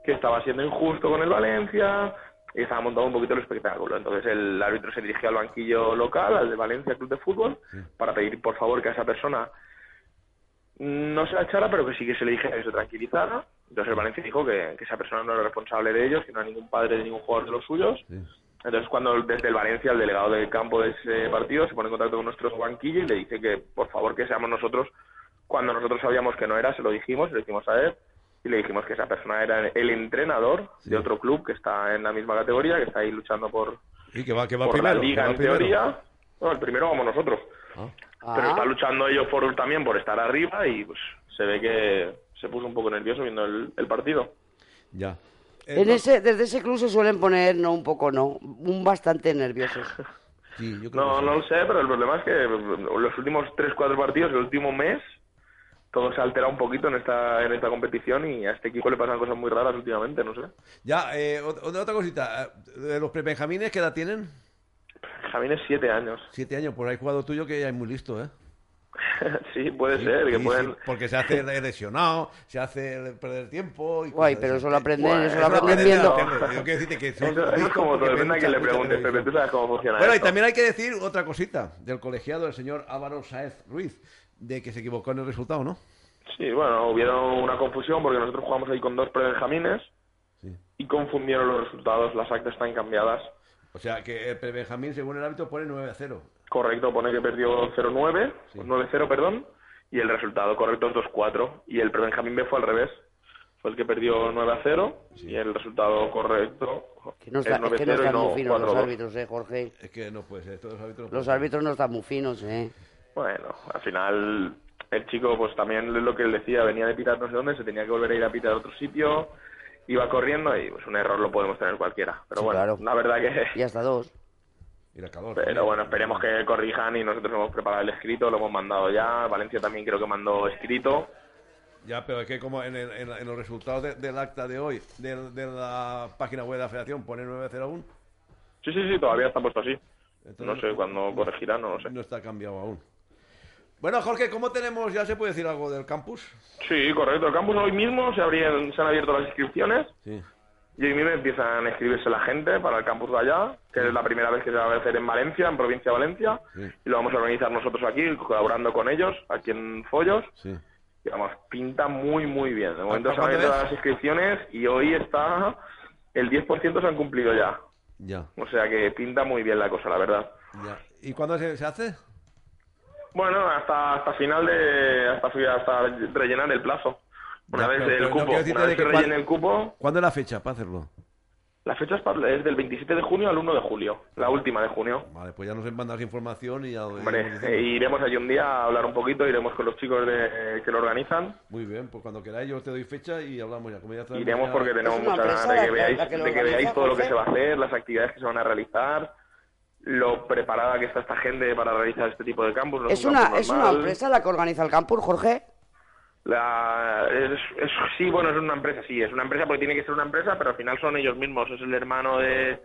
Speaker 8: que estaba siendo injusto con el Valencia, y estaba montando un poquito el espectáculo. Entonces el árbitro se dirigió al banquillo local, al de Valencia Club de Fútbol, para pedir por favor que a esa persona no se la echara, pero que sí que se le dijera que se tranquilizara. Entonces el Valencia dijo que, que esa persona no era responsable de ellos, que no era ningún padre de ningún jugador de los suyos. Entonces cuando desde el Valencia el delegado del campo de ese partido se pone en contacto con nuestro banquillo y le dice que por favor que seamos nosotros, cuando nosotros sabíamos que no era, se lo dijimos, se lo dijimos a él y le dijimos que esa persona era el entrenador de otro club que está en la misma categoría, que está ahí luchando por,
Speaker 3: Y que va, que va
Speaker 8: por
Speaker 3: primero.
Speaker 8: la liga
Speaker 3: que va
Speaker 8: en
Speaker 3: primero.
Speaker 8: teoría. No, el primero vamos nosotros. Pero
Speaker 4: Ah.
Speaker 8: está luchando ellos por, también por estar arriba y pues se ve que se puso un poco nervioso viendo el, el partido.
Speaker 3: Ya. Eh,
Speaker 4: En
Speaker 3: no-
Speaker 4: ese, desde ese club se suelen poner, no un poco, no, un bastante nerviosos.
Speaker 3: sí, yo creo
Speaker 8: No,
Speaker 3: que sí.
Speaker 8: no lo sé, pero el problema es que los últimos 3-4 partidos, el último mes, todo se ha alterado un poquito en esta, en esta competición y a este equipo le pasan cosas muy raras últimamente, no sé.
Speaker 3: Ya, eh, ot- otra cosita. eh, de ¿Los prebenjamines qué edad tienen?
Speaker 8: Javín es 7 años.
Speaker 3: Siete años, por ahí jugado tuyo que ya es muy listo, ¿eh?
Speaker 8: sí, puede
Speaker 3: Sí,
Speaker 8: ser, que
Speaker 3: sí,
Speaker 8: pueden...
Speaker 3: sí, porque se hace el lesionado, se hace el perder tiempo. Y cosas
Speaker 4: Guay,
Speaker 3: de
Speaker 4: pero
Speaker 3: esas.
Speaker 4: eso lo aprenden,
Speaker 8: Bueno,
Speaker 4: eso
Speaker 8: eso
Speaker 4: lo
Speaker 8: lo
Speaker 4: aprenden
Speaker 8: aprenden
Speaker 4: viendo.
Speaker 8: a
Speaker 3: Entiende, Yo quiero decirte que son
Speaker 8: Eso es
Speaker 3: listos
Speaker 8: como
Speaker 3: porque
Speaker 8: todo, depende
Speaker 3: ven
Speaker 8: a quien le
Speaker 3: mucha- mucha
Speaker 8: preguntes, Pepe, tú
Speaker 3: televisión.
Speaker 8: sabes cómo funciona
Speaker 3: Bueno, y
Speaker 8: esto.
Speaker 3: también hay que decir otra cosita del colegiado del señor Álvaro Saez Ruiz, de que se equivocó en el resultado, ¿no?
Speaker 8: Sí, bueno, hubieron una confusión porque nosotros jugamos ahí con dos prebenjamines
Speaker 3: Sí.
Speaker 8: y confundieron los resultados, las actas están cambiadas.
Speaker 3: O sea, que el Benjamín, según el árbitro, pone 9 a 0.
Speaker 8: Correcto, pone que perdió 0-9, 9-0, perdón, y el resultado correcto es 2-4. Y el prebenjamín B fue al revés, fue el que perdió 9-0 y el resultado correcto
Speaker 4: Que no
Speaker 8: es
Speaker 4: está- es que no
Speaker 8: 9-0
Speaker 4: están muy
Speaker 8: y
Speaker 4: finos
Speaker 8: no
Speaker 4: los
Speaker 8: 4-2.
Speaker 4: árbitros, eh, Jorge.
Speaker 3: Es que no puede ser, todos los árbitros... no
Speaker 4: Los
Speaker 3: pueden.
Speaker 4: árbitros no están muy finos, eh.
Speaker 8: Bueno, al final el chico, pues también lo que él decía, venía de pitar no sé dónde, se tenía que volver a ir a pitar a otro sitio, iba corriendo y pues un error lo podemos tener cualquiera. Pero
Speaker 4: Sí,
Speaker 8: bueno,
Speaker 4: claro.
Speaker 8: la verdad que
Speaker 4: Y hasta dos.
Speaker 3: Y la calor.
Speaker 8: Pero bueno, esperemos que corrijan y nosotros hemos preparado el escrito, lo hemos mandado ya. Valencia también creo que mandó escrito.
Speaker 3: Ya, pero es que como en, el- en la- en los resultados de- del acta de hoy, del- de, la página web de la federación, pone 901,
Speaker 8: Sí, sí, sí, todavía está puesto así.
Speaker 3: Entonces-
Speaker 8: No sé cuándo corregirá, no lo sé.
Speaker 3: no está cambiado aún. Bueno, Jorge, ¿cómo tenemos, ya se puede decir algo del campus?
Speaker 8: Sí, correcto. El campus hoy mismo se, abrían- se han abierto las inscripciones
Speaker 3: Sí.
Speaker 8: y hoy mismo empiezan a inscribirse la gente para el campus de allá, que es la primera vez que se va a hacer en Valencia, en provincia de Valencia.
Speaker 3: Sí.
Speaker 8: Y lo vamos a organizar nosotros aquí, colaborando con ellos, aquí en Follos.
Speaker 3: Sí.
Speaker 8: Y vamos, pinta muy, muy bien. De momento se han
Speaker 3: cuánto
Speaker 8: abierto
Speaker 3: es?
Speaker 8: las inscripciones y hoy está... El 10% se han cumplido ya.
Speaker 3: Ya,
Speaker 8: O sea que pinta muy bien la cosa, la verdad.
Speaker 3: ya. ¿Y cuándo se, se hace?
Speaker 8: Bueno, hasta hasta final de hasta fi- hasta rellenar el plazo. Una
Speaker 3: Ya,
Speaker 8: vez
Speaker 3: pero- pero
Speaker 8: el
Speaker 3: no
Speaker 8: cupo,
Speaker 3: quiero decirte
Speaker 8: una
Speaker 3: de
Speaker 8: vez que
Speaker 3: que
Speaker 8: rellene
Speaker 3: cuan-
Speaker 8: el cupo,
Speaker 3: ¿Cuándo es la fecha para hacerlo?
Speaker 8: la fecha es, pa- es del 27 de junio al 1 de julio, la última de junio.
Speaker 3: Vale, pues ya nos mandas información y ya...
Speaker 4: Pues
Speaker 3: lo
Speaker 8: Hombre,
Speaker 3: iremos
Speaker 8: eh,
Speaker 3: diciendo.
Speaker 8: iremos allí un día a hablar un poquito, iremos con los chicos de- que lo organizan,
Speaker 3: Muy bien, pues cuando queráis yo te doy fecha y hablamos ya. Como ya tenemos
Speaker 8: iremos
Speaker 3: ya-
Speaker 8: porque tenemos
Speaker 4: Pues una
Speaker 8: muchas ganas de
Speaker 4: empresa
Speaker 8: que
Speaker 4: la-
Speaker 8: veáis,
Speaker 4: la que lo
Speaker 8: de que
Speaker 4: organiza,
Speaker 8: veáis todo lo que
Speaker 4: Jorge.
Speaker 8: se va a hacer, las actividades que se van a realizar, lo preparada que está esta gente para realizar este tipo de campus. no
Speaker 4: Es
Speaker 8: un campus
Speaker 4: una, es una
Speaker 8: normal.
Speaker 4: empresa la que organiza el campus, Jorge.
Speaker 8: La, es, es- sí, bueno, es una empresa, sí, es una empresa porque tiene que ser una empresa, pero al final son ellos mismos. Es el hermano de,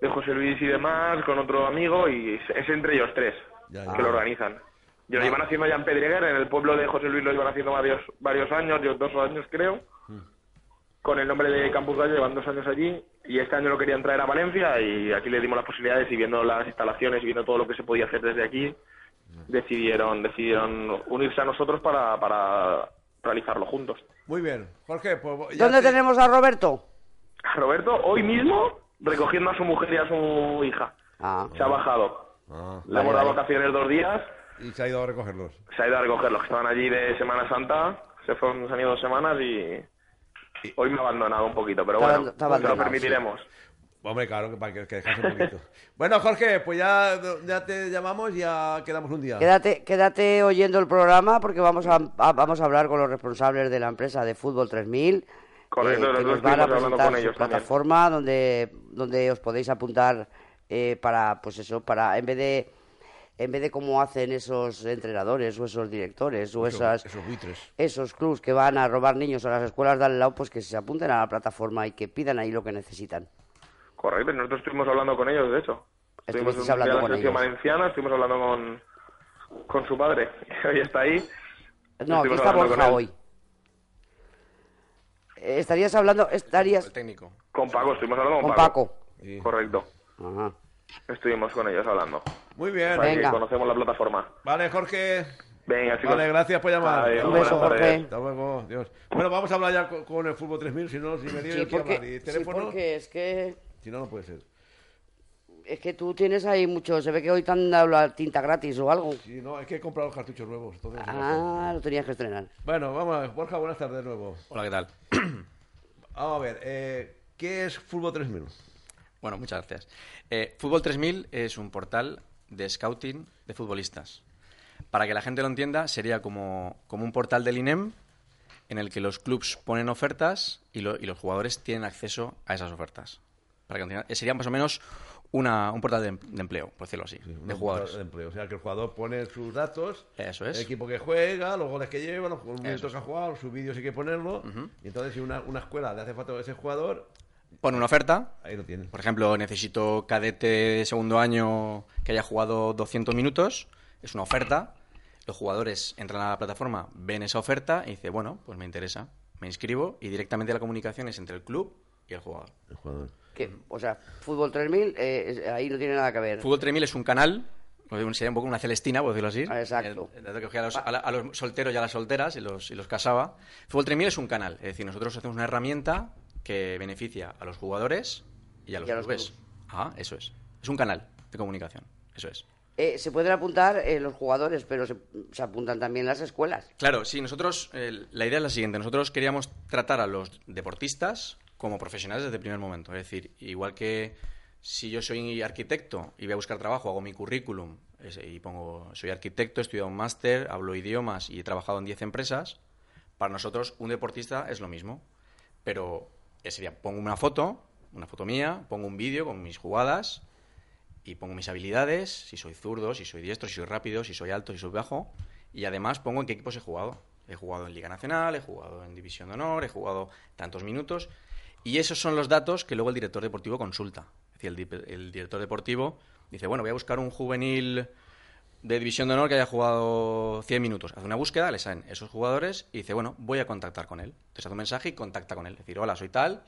Speaker 8: de José Luis y demás, con otro amigo, y es, es entre ellos tres
Speaker 3: Ya, ya.
Speaker 8: que lo organizan. Y lo
Speaker 3: Ah.
Speaker 8: llevan haciendo ya en Pedreguer, en el pueblo de José Luis lo llevan haciendo varios, varios años, yo dos años creo,
Speaker 3: Hmm.
Speaker 8: con el nombre de Campus Gallo, llevan dos años allí, y este año lo querían traer a Valencia, y aquí le dimos las posibilidades, y viendo las instalaciones, y viendo todo lo que se podía hacer desde aquí, decidieron decidieron unirse a nosotros para, para realizarlo juntos.
Speaker 3: Muy bien, Jorge, pues... ya
Speaker 4: ¿Dónde
Speaker 3: te-
Speaker 4: tenemos a Roberto?
Speaker 8: Roberto, hoy mismo, recogiendo a su mujer y a su hija,
Speaker 4: Ah,
Speaker 8: se ha bajado.
Speaker 3: Ah,
Speaker 8: Le hemos dado vacaciones dos días,
Speaker 3: y se ha ido a recogerlos.
Speaker 8: se ha ido a recoger los que estaban allí de Semana Santa, se fueron, se han ido dos semanas y hoy me ha abandonado un poquito, pero
Speaker 4: Está
Speaker 8: bueno,
Speaker 4: abando- está
Speaker 8: se lo
Speaker 4: abandonado,
Speaker 8: permitiremos.
Speaker 3: Hombre, claro, que para que, que descanse un poquito. bueno, Jorge, pues ya, ya te llamamos y ya quedamos un día.
Speaker 4: quédate, quédate oyendo el programa porque vamos a, a- vamos a hablar con los responsables de la empresa de Fútbol 3000.
Speaker 8: Correcto,
Speaker 4: que
Speaker 8: nosotros
Speaker 4: nos van a
Speaker 8: estuvimos hablando
Speaker 4: presentar
Speaker 8: con
Speaker 4: su
Speaker 8: ellos también.
Speaker 4: plataforma donde, donde os podéis apuntar eh, para, pues eso, para, en vez de en vez de cómo hacen esos entrenadores o esos directores o
Speaker 3: Esos-
Speaker 4: esas,
Speaker 3: esos buitres.
Speaker 4: esos clubs que van a robar niños a las escuelas de al lado, pues que se apunten a la plataforma y que pidan ahí lo que necesitan.
Speaker 8: Correcto, nosotros estuvimos hablando con ellos, de hecho.
Speaker 4: Estuvisteis
Speaker 8: un día
Speaker 4: hablando
Speaker 8: en la
Speaker 4: con
Speaker 8: selección
Speaker 4: ellos.
Speaker 8: valenciana, estuvimos hablando con, con su padre, hoy está ahí.
Speaker 4: No, aquí
Speaker 8: Estuvimos
Speaker 4: está
Speaker 8: hablando con
Speaker 4: Borja
Speaker 8: él.
Speaker 4: hoy. Eh, Estarías hablando, estarías
Speaker 9: El técnico.
Speaker 8: Con Paco, estuvimos hablando con,
Speaker 4: con Paco.
Speaker 3: Sí.
Speaker 8: Correcto,
Speaker 4: Ajá.
Speaker 8: estuvimos con ellos hablando.
Speaker 3: Muy bien.
Speaker 8: Para que
Speaker 4: Venga.
Speaker 8: conocemos la plataforma.
Speaker 3: Vale, Jorge.
Speaker 8: Venga, chicos.
Speaker 3: Vale, gracias por llamar.
Speaker 8: Adiós,
Speaker 4: Un beso,
Speaker 8: buenas tardes.
Speaker 4: Jorge.
Speaker 3: Hasta luego, Dios. Bueno, vamos a hablar ya con, con el Fútbol 3000, si no, si me
Speaker 4: Sí,
Speaker 3: dio que hablar.
Speaker 4: porque,
Speaker 3: Y
Speaker 4: sí,
Speaker 3: teléfono,
Speaker 4: porque es que
Speaker 3: si no, no puede ser.
Speaker 4: es que tú tienes ahí mucho. Se ve que hoy te han dado la tinta gratis o algo.
Speaker 3: Si no, es que he comprado los cartuchos nuevos. entonces-
Speaker 4: Ah, lo tenías que estrenar.
Speaker 3: Bueno, vamos a ver. Borja, buenas tardes de nuevo.
Speaker 9: Hola, ¿qué tal?
Speaker 3: Vamos a ver, eh, ¿qué es Fútbol 3000?
Speaker 9: Bueno, muchas gracias. Eh, Fútbol 3000 es un portal de scouting de futbolistas. Para que la gente lo entienda, sería como, como un portal del INEM en el que los clubs ponen ofertas y, lo- y los jugadores tienen acceso a esas ofertas. Para que lo entiendan, eh, sería más o menos una- un portal de, em- de empleo, por decirlo así, de jugadores.
Speaker 3: De empleo. O sea, que el jugador pone sus datos,
Speaker 9: Eso es.
Speaker 3: el equipo que juega, los goles que lleva, los
Speaker 9: Eso
Speaker 3: minutos
Speaker 9: es.
Speaker 3: que ha jugado, sus vídeos hay que ponerlo. Y entonces, si una, una escuela le hace falta a ese jugador,
Speaker 9: Pone una oferta,
Speaker 3: ahí lo tiene.
Speaker 9: Por ejemplo, necesito cadete de segundo año que haya jugado 200 minutos. Es una oferta. Los jugadores entran a la plataforma, ven esa oferta y dicen, bueno, pues me interesa. Me inscribo y directamente la comunicación es entre el club y el jugador.
Speaker 3: El jugador.
Speaker 4: Que, o sea, fútbol 3000, eh, es- ahí no tiene nada que ver.
Speaker 9: Fútbol 3000 es un canal, lo digo, sería un poco una celestina, por decirlo así.
Speaker 4: Ah, exacto.
Speaker 9: Eh, dado que cogía a los, a la- a los solteros y a las solteras y los, y los casaba. Fútbol 3000 es un canal, es decir, nosotros hacemos una herramienta que beneficia a los jugadores y a los
Speaker 4: Y a los
Speaker 9: clubes. Ah, eso es. Es un canal de comunicación, eso es.
Speaker 4: Eh, se pueden apuntar eh, los jugadores, pero se, se apuntan también las escuelas.
Speaker 9: Claro, sí, nosotros, eh, la idea es la siguiente, nosotros queríamos tratar a los deportistas como profesionales desde el primer momento, es decir, igual que si yo soy arquitecto y voy a buscar trabajo, hago mi currículum, Es- Y pongo, soy arquitecto, he estudiado un máster, hablo idiomas y he trabajado en 10 empresas. Para nosotros, un deportista es lo mismo. Pero eh, sería, pongo una foto, una foto mía, pongo un vídeo con mis jugadas y pongo mis habilidades, si soy zurdo, si soy diestro, si soy rápido, si soy alto, si soy bajo. Y además pongo en qué equipos he jugado. He jugado en Liga Nacional, he jugado en División de Honor, he jugado tantos minutos. Y esos son los datos que luego el director deportivo consulta. Es decir, el, dip- el director deportivo dice, bueno, voy a buscar un juvenil de División de Honor que haya jugado 100 minutos. Hace una búsqueda, le salen esos jugadores y dice, bueno, voy a contactar con él. Entonces hace un mensaje y contacta con él. Es decir, hola, soy tal,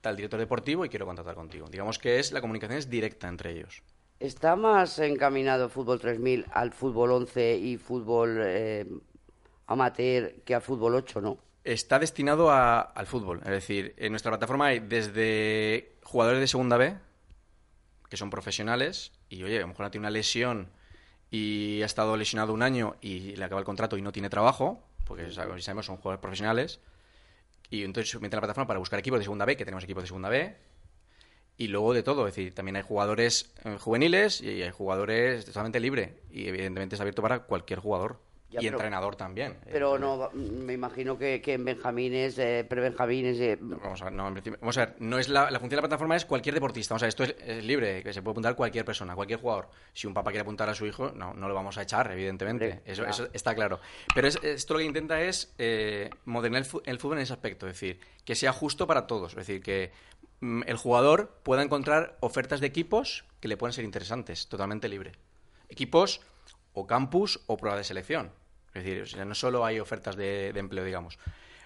Speaker 9: tal director deportivo y quiero contactar contigo. Digamos que es la comunicación es directa entre ellos.
Speaker 4: ¿Está más encaminado Fútbol 3000 al Fútbol 11 y Fútbol eh, Amateur que al Fútbol 8, no?
Speaker 9: Está destinado a- al fútbol. Es decir, en nuestra plataforma hay desde jugadores de segunda B, que son profesionales, y oye, a lo mejor no tiene una lesión y ha estado lesionado un año y le acaba el contrato y no tiene trabajo, porque sabe- sabemos son jugadores profesionales, y entonces se mete en la plataforma para buscar equipos de segunda B, que tenemos equipos de segunda B, y luego de todo, es decir, también hay jugadores eh, juveniles y hay jugadores totalmente libre, y evidentemente es abierto para cualquier jugador,
Speaker 4: Ya,
Speaker 9: y
Speaker 4: pero-
Speaker 9: entrenador también.
Speaker 4: Pero no, va- me imagino que, que en Benjamines, eh, pre-Benjamines... eh,
Speaker 9: Vamos a ver, no, en principio- vamos a ver, no es la, la función de la plataforma es cualquier deportista. O sea, esto es, es libre, que se puede apuntar cualquier persona, cualquier jugador. Si un papá quiere apuntar a su hijo, no, no lo vamos a echar, evidentemente.
Speaker 10: Hombre,
Speaker 9: Eso,
Speaker 10: claro.
Speaker 9: eso está claro. Pero es- esto lo que intenta es eh, modernar el, fu- el fútbol en ese aspecto, es decir, que sea justo para todos. Es decir, que mm, el jugador pueda encontrar ofertas de equipos que le puedan ser interesantes, totalmente libre. Equipos o campus o prueba de selección. Es decir, o sea, no solo hay ofertas de, de empleo, digamos.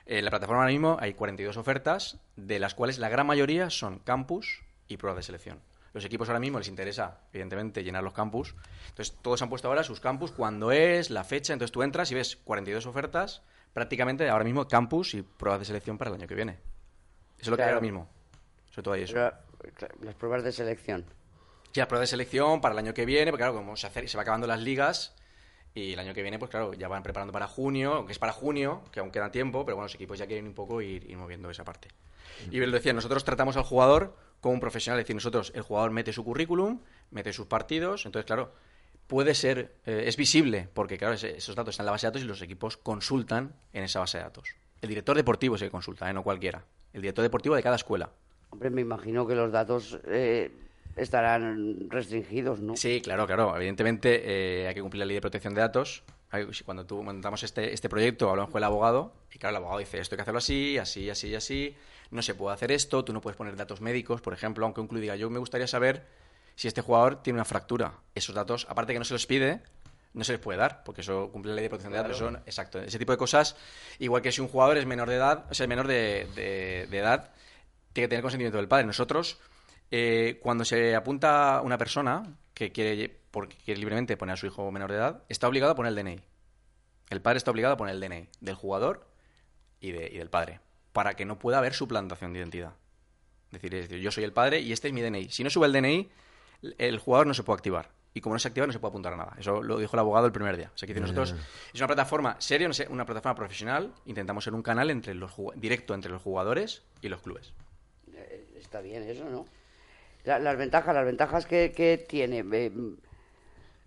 Speaker 9: En la plataforma ahora mismo hay 42 ofertas, de las cuales la gran mayoría son campus y pruebas de selección. Los equipos ahora mismo les interesa, evidentemente, llenar los campus. Entonces, todos han puesto ahora sus campus, cuándo es, la fecha. Entonces, tú entras y ves 42 ofertas, prácticamente ahora mismo campus y pruebas de selección para el año que viene. Eso es lo que hay
Speaker 4: Claro.
Speaker 9: ahora mismo. Sobre todo hay eso.
Speaker 4: las pruebas de selección.
Speaker 9: Sí, las pruebas de selección para el año que viene, porque claro, como se, hace, se va acabando las ligas y el año que viene, pues claro, ya van preparando para junio, aunque es para junio, que aún queda tiempo, pero bueno, los equipos ya quieren un poco ir, ir moviendo esa parte. Y lo decía, nosotros tratamos al jugador como un profesional, es decir, nosotros, el jugador mete su currículum, mete sus partidos, entonces claro, puede ser, eh, es visible, porque claro, ese- esos datos están en la base de datos y los equipos consultan en esa base de datos. El director deportivo es el que consulta, ¿eh? no cualquiera. El director deportivo de cada escuela.
Speaker 4: Hombre, me imagino que los datos eh, estarán restringidos, ¿no?
Speaker 9: Sí, claro, claro. Evidentemente eh, hay que cumplir la ley de protección de datos. Hay- si Cuando tú montamos este, este proyecto, hablamos con el abogado y claro, el abogado dice, esto hay que hacerlo así, así, así y así, no se puede hacer esto, tú no puedes poner datos médicos, por ejemplo, aunque un club diga, yo me gustaría saber si este jugador tiene una fractura. Esos datos, aparte que no se los pide, no se les puede dar, porque eso cumple la ley de protección de datos.
Speaker 10: Claro.
Speaker 9: Eso no- exacto. Ese tipo de cosas, igual que si un jugador es menor de edad, o sea, menor de, de- de edad, tiene que tener consentimiento del padre. Nosotros, eh, cuando se apunta una persona que quiere, lle- porque quiere libremente poner a su hijo menor de edad, está obligado a poner el DNI. El padre está obligado a poner el DNI del jugador y, de- y del padre, para que no pueda haber suplantación de identidad. Es decir, es decir, yo soy el padre y este es mi DNI. Si no sube el DNI, el jugador no se puede activar. Y como no se activa, no se puede apuntar a nada. Eso lo dijo el abogado el primer día. O sea, que dice, nosotros es una plataforma seria, una se- una plataforma profesional. Intentamos ser un canal entre los ju- directo entre los jugadores y los clubes.
Speaker 4: Eh, Está bien eso, ¿no? La- las ventajas, las ventajas que, que tiene. eh,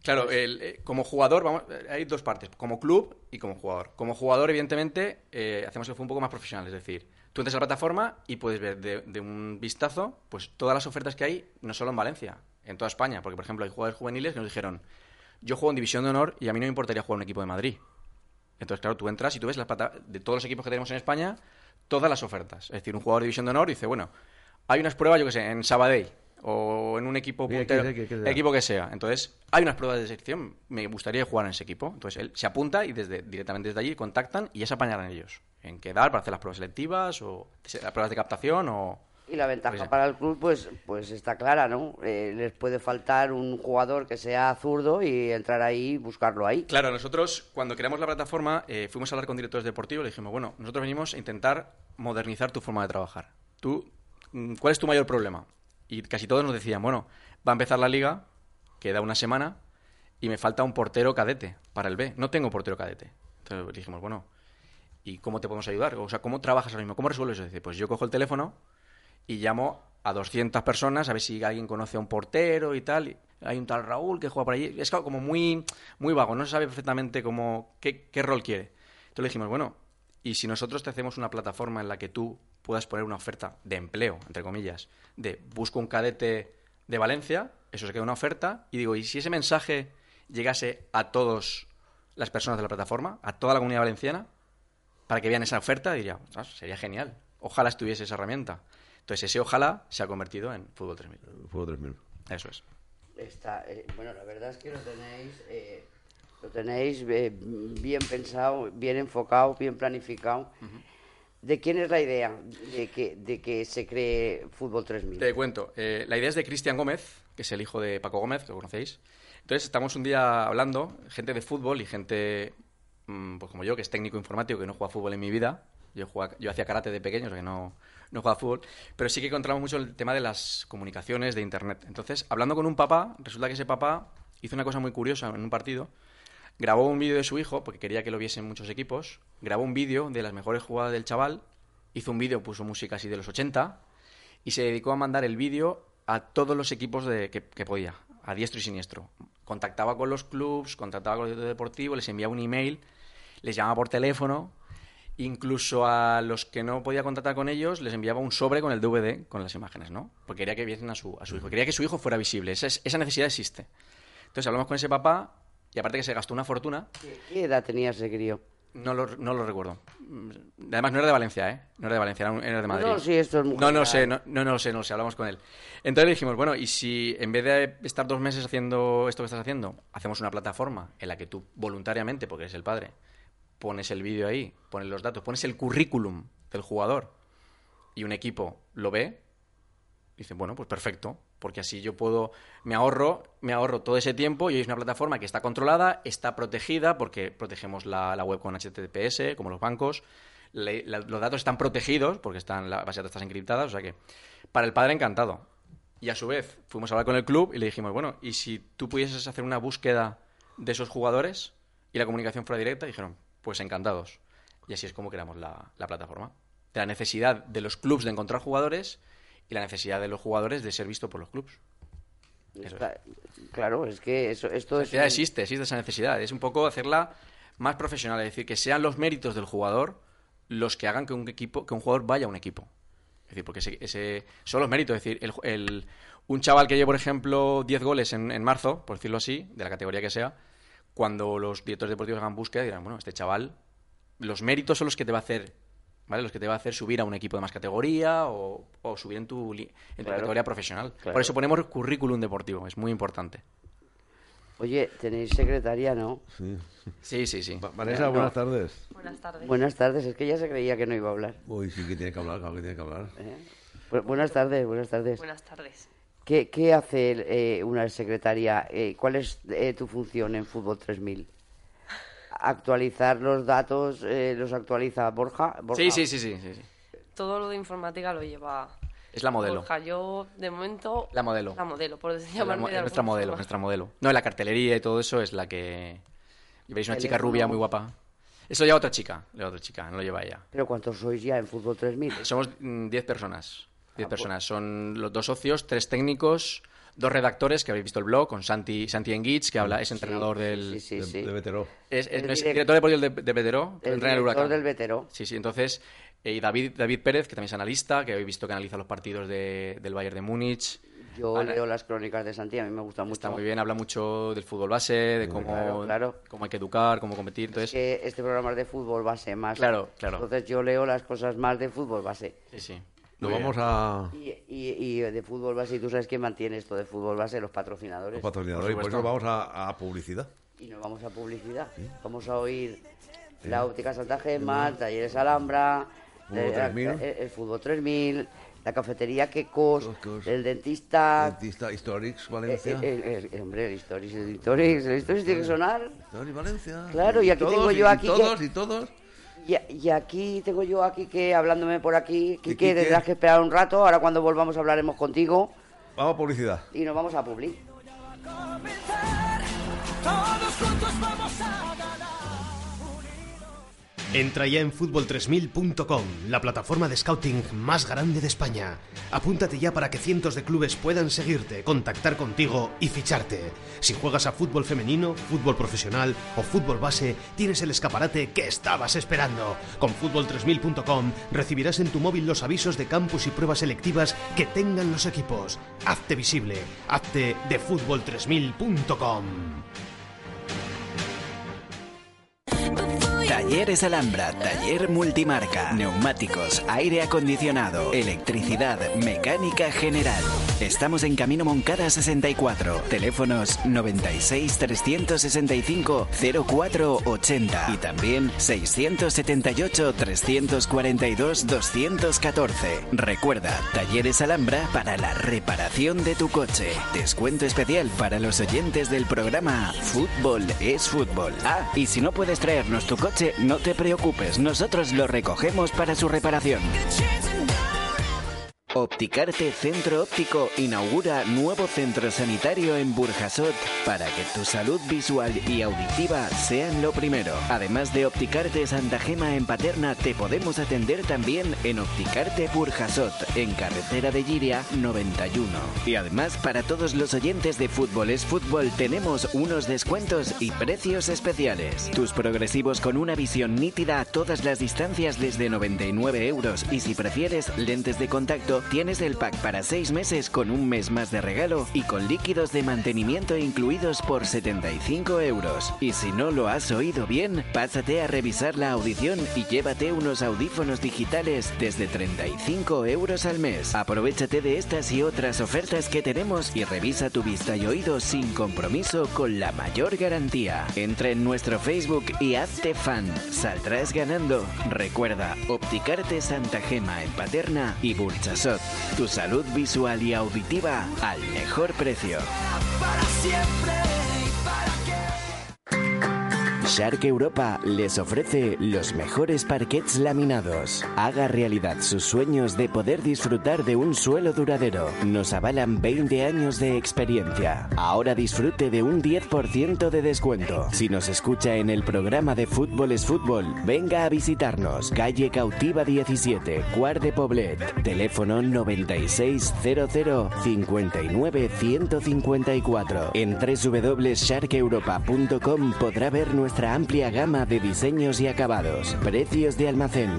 Speaker 9: Claro, el, eh, como jugador, vamos, eh, hay dos partes, como club y como jugador. Como jugador, evidentemente, eh, hacemos el fútbol un poco más profesional, es decir, tú entras a la plataforma y puedes ver de, de un vistazo pues todas las ofertas que hay, no solo en Valencia, en toda España, porque por ejemplo hay jugadores juveniles que nos dijeron, yo juego en División de Honor y a mí no me importaría jugar en un equipo de Madrid. Entonces, claro, tú entras y tú ves las plata- de todos los equipos que tenemos en España, todas las ofertas. Es decir, un jugador de División de Honor dice, bueno, hay unas pruebas, yo que sé, en Sabadell o en un equipo
Speaker 3: Sí,
Speaker 9: puntero,
Speaker 3: aquí, aquí, aquí, aquí.
Speaker 9: equipo que sea. Entonces, hay unas pruebas de selección, me gustaría jugar en ese equipo. Entonces, él se apunta y desde directamente desde allí contactan y ya se apañarán ellos en quedar para hacer las pruebas selectivas o se- las pruebas de captación o...
Speaker 4: y la ventaja
Speaker 9: Pues sí.
Speaker 4: para el club, pues, pues está clara, ¿no? Eh, les puede faltar un jugador que sea zurdo y entrar ahí y buscarlo ahí.
Speaker 9: Claro, nosotros cuando creamos la plataforma eh, fuimos a hablar con directores deportivos y le dijimos, bueno, nosotros venimos a intentar modernizar tu forma de trabajar. Tú, mm, ¿Cuál es tu mayor problema? Y casi todos nos decían, bueno, va a empezar la liga, queda una semana y me falta un portero cadete para el B. No tengo portero cadete. Entonces le dijimos, bueno, ¿y cómo te podemos ayudar? O sea, ¿cómo trabajas ahora mismo? ¿Cómo resuelves eso? Dice, pues yo cojo el teléfono y llamo a 200 personas a ver si alguien conoce a un portero y tal. Y hay un tal Raúl que juega por allí. Es como muy, muy vago, no se sabe perfectamente cómo, qué, qué rol quiere. Entonces le dijimos, bueno, y si nosotros te hacemos una plataforma en la que tú puedas poner una oferta de empleo, entre comillas, de busco un cadete de Valencia, eso se queda una oferta, y digo, ¿y si ese mensaje llegase a todas las personas de la plataforma, a toda la comunidad valenciana, para que vean esa oferta? Diría, "Ah, sería genial, ojalá estuviese esa herramienta. Entonces ese ojalá se ha convertido en Fútbol 3000.
Speaker 3: Fútbol 3000.
Speaker 9: Eso es.
Speaker 4: Está, eh, bueno, la verdad es que lo tenéis, eh, lo tenéis eh, bien pensado, bien enfocado, bien planificado. ¿De quién es la idea de que, de que se cree Fútbol 3000?
Speaker 9: Te cuento. eh, la idea es de Cristian Gómez, que es el hijo de Paco Gómez, que lo conocéis. Entonces, estamos un día hablando, gente de fútbol y gente, mm, pues como yo, que es técnico informático, que no juega fútbol en mi vida. Yo, jugaba- yo hacía karate de pequeño, o sea que no, no jugaba fútbol. Pero sí que encontramos mucho el tema de las comunicaciones de Internet. Entonces, hablando con un papá, resulta que ese papá hizo una cosa muy curiosa en un partido. Grabó un vídeo de su hijo, porque quería que lo viesen muchos equipos. Grabó un vídeo de las mejores jugadas del chaval. Hizo un vídeo, puso música así de los 80 y se dedicó a mandar el vídeo a todos los equipos de, que, que podía, a diestro y siniestro. Contactaba con los clubs, contactaba con el director deportivo, les enviaba un email, les llamaba por teléfono, incluso a los que no podía contactar con ellos les enviaba un sobre con el DVD, con las imágenes, ¿no? Porque quería que viesen a su, a su hijo, quería que su hijo fuera visible, esa, es- esa necesidad existe. Entonces hablamos con ese papá y aparte que se gastó una fortuna,
Speaker 4: ¿Qué edad tenía ese crío?
Speaker 9: no lo, no lo recuerdo. Mm, Además, no era de Valencia, ¿eh? No era de Valencia, era, un- era de Madrid.
Speaker 4: No, sí, esto es muy
Speaker 9: No, no sé, no, no, no lo sé, no lo sé, hablamos con él. Entonces le dijimos, bueno, y si en vez de estar dos meses haciendo esto que estás haciendo, hacemos una plataforma en la que tú voluntariamente, porque eres el padre, pones el vídeo ahí, pones los datos, pones el currículum del jugador y un equipo lo ve, dice, bueno, pues perfecto, porque así yo puedo, me ahorro, me ahorro todo ese tiempo y es una plataforma que está controlada, está protegida, porque protegemos la, la web con HTTPS, como los bancos, le- la- los datos están protegidos, porque están, la base de datos está encriptada, o sea que, para el padre encantado. Y a su vez, fuimos a hablar con el club y le dijimos, bueno, ¿y si tú pudieses hacer una búsqueda de esos jugadores y la comunicación fuera directa? Y dijeron, pues encantados. Y así es como creamos la, la plataforma. De la necesidad de los clubs de encontrar jugadores y la necesidad de los jugadores de ser vistos por los clubs.
Speaker 4: Está- claro, es que eso, esto es...
Speaker 9: Ya
Speaker 4: un-
Speaker 9: existe, existe esa necesidad. Es un poco hacerla más profesional, es decir, que sean los méritos del jugador los que hagan que un equipo, que un jugador vaya a un equipo. Es decir, porque ese, ese- son los méritos. Es decir, el, el- un chaval que lleve, por ejemplo, 10 goles en, en marzo, por decirlo así, de la categoría que sea, cuando los directores deportivos hagan búsqueda, dirán, bueno, este chaval, los méritos son los que te va a hacer, ¿vale? Los que te va a hacer subir a un equipo de más categoría o, o subir en tu, li- en tu
Speaker 4: Claro.
Speaker 9: categoría profesional.
Speaker 4: Claro.
Speaker 9: Por eso ponemos currículum deportivo, es muy importante.
Speaker 4: Oye, tenéis secretaria, ¿no?
Speaker 3: Sí.
Speaker 9: Sí, sí, sí.
Speaker 3: Vanessa,
Speaker 4: No.
Speaker 3: buenas tardes.
Speaker 10: Buenas tardes.
Speaker 4: Buenas tardes, es que ya se creía que no iba a hablar.
Speaker 3: Uy, sí que tiene que hablar, claro que tiene que hablar.
Speaker 4: Eh, Bu- buenas tardes, buenas tardes.
Speaker 10: Buenas tardes.
Speaker 4: ¿Qué, qué hace eh, una secretaria? Eh, ¿Cuál es eh, tu función en Fútbol 3000? ¿Actualizar los datos? eh, ¿Los actualiza Borja? Borja.
Speaker 9: Sí, sí, sí, sí, sí, sí.
Speaker 10: Todo lo de informática lo lleva.
Speaker 9: Es la modelo.
Speaker 10: Borja. yo de momento.
Speaker 9: La modelo.
Speaker 10: La modelo, por decir-
Speaker 9: Es la
Speaker 10: llamarme
Speaker 9: mo-
Speaker 10: de
Speaker 9: es nuestra
Speaker 10: alguna
Speaker 9: modelo,
Speaker 10: forma.
Speaker 9: nuestra modelo. No, la cartelería y todo eso es la que... Y veis una chica
Speaker 4: Teléfono.
Speaker 9: rubia muy guapa. Eso lleva otra chica, la otra chica, no lo lleva ella.
Speaker 4: ¿Pero cuántos sois ya en Fútbol 3000?
Speaker 9: Somos mm, 10 personas.
Speaker 4: Ah, pues.
Speaker 9: 10 personas. Son los dos socios, tres técnicos, dos redactores que habéis visto el blog, con Santi, Santi Enguich, que habla, es entrenador del...
Speaker 3: de, de veterano.
Speaker 9: Es, es-
Speaker 4: El
Speaker 9: no, es
Speaker 4: direct-
Speaker 9: director deportivo de, de Veteró,
Speaker 4: El
Speaker 9: entrena en
Speaker 4: director
Speaker 9: Huracán.
Speaker 4: del Veteró.
Speaker 9: Sí, sí, entonces, eh, y David, David Pérez, que también es analista, que habéis visto que analiza los partidos de- del Bayern de Múnich.
Speaker 4: Yo
Speaker 9: Ana-
Speaker 4: leo las crónicas de Santi, a mí me gusta mucho.
Speaker 9: Está muy bien, habla mucho del fútbol base, de cómo,
Speaker 4: Claro, claro.
Speaker 9: cómo hay que educar, cómo competir, entonces...
Speaker 4: que este programa es de fútbol base más.
Speaker 9: Claro, claro.
Speaker 4: Entonces yo leo las cosas más de fútbol base.
Speaker 9: Sí, sí.
Speaker 3: Nos
Speaker 9: Muy
Speaker 3: vamos
Speaker 9: bien.
Speaker 3: a
Speaker 4: Y, y- y de fútbol base, y tú sabes quién mantiene esto de fútbol base, los patrocinadores.
Speaker 3: los patrocinadores y por eso
Speaker 9: supuesto.
Speaker 3: vamos a, a publicidad.
Speaker 4: Y nos vamos a publicidad. Vamos a oír la óptica Santa Gema, Talleres Alhambra,
Speaker 3: Fútbol
Speaker 4: eh, la-
Speaker 3: 3000.
Speaker 4: el, el Fútbol 3000, la cafetería Quecos,
Speaker 3: Quecos.
Speaker 4: el dentista.
Speaker 3: Artista Historics
Speaker 4: eh,
Speaker 3: Valencia.
Speaker 4: Ah. eh, eh, eh, hombre, el Historis, el Historis, el Historis tiene que sonar.
Speaker 3: Historics Valencia.
Speaker 4: Claro, y aquí
Speaker 3: todos,
Speaker 4: tengo yo aquí
Speaker 3: Y todos,
Speaker 4: que-
Speaker 3: y todos.
Speaker 4: Y, y aquí tengo yo a Quique hablándome por aquí. Quique,
Speaker 3: Quique?
Speaker 4: tendrás que esperar un rato. Ahora cuando volvamos hablaremos contigo
Speaker 3: Vamos a publicidad.
Speaker 4: y nos vamos a Publi.
Speaker 11: Todos juntos vamos a ganar. Entra ya en fútbol3000.com, la plataforma de scouting más grande de España. Apúntate ya para que cientos de clubes puedan seguirte, contactar contigo y ficharte. Si juegas a fútbol femenino, fútbol profesional o fútbol base, tienes el escaparate que estabas esperando. Con fútbol3000.com recibirás en tu móvil los avisos de campus y pruebas selectivas que tengan los equipos. Hazte visible, hazte de fútbol3000.com.
Speaker 1: Talleres Alhambra, taller multimarca, neumáticos, aire acondicionado, electricidad, mecánica general. Estamos en Camino Moncada 64, teléfonos 96 365 0480 y también 678 342 214. Recuerda, Talleres Alhambra para la reparación de tu coche. Descuento especial para los oyentes del programa Fútbol es fútbol. Ah, y si no puedes traernos tu coche, no te preocupes, nosotros lo recogemos para su reparación. Opticarte Centro Óptico inaugura nuevo centro sanitario en Burjasot para que tu salud visual y auditiva sean lo primero. Además de Opticarte Santa Gema en Paterna, te podemos atender también en Opticarte Burjasot en carretera de Giria 91. Y además para todos los oyentes de Fútbol es Fútbol tenemos unos descuentos y precios especiales. Tus progresivos con una visión nítida a todas las distancias desde 99 euros y si prefieres lentes de contacto tienes el pack para 6 meses con un mes más de regalo y con líquidos de mantenimiento incluidos por 75 euros. Y si no lo has oído bien, pásate a revisar la audición y llévate unos audífonos digitales desde 35 euros al mes. Aprovechate de estas y otras ofertas que tenemos y revisa tu vista y oído sin compromiso con la mayor garantía. Entra en nuestro Facebook y hazte fan. Saldrás ganando. Recuerda, Opticarte Santa Gema en Paterna y Burchasot. Tu salud visual y auditiva al mejor precio. Shark Europa les ofrece los mejores parquets laminados. Haga realidad sus sueños de poder disfrutar de un suelo duradero. Nos avalan 20 años de experiencia. Ahora disfrute de un 10% de descuento. Si nos escucha en el programa de Fútbol es Fútbol, venga a visitarnos. Calle Cautiva 17, Cuar de Poblet. Teléfono 9600-59154. En www.sharkeuropa.com podrá ver nuestra amplia gama de diseños y acabados. Precios de almacén.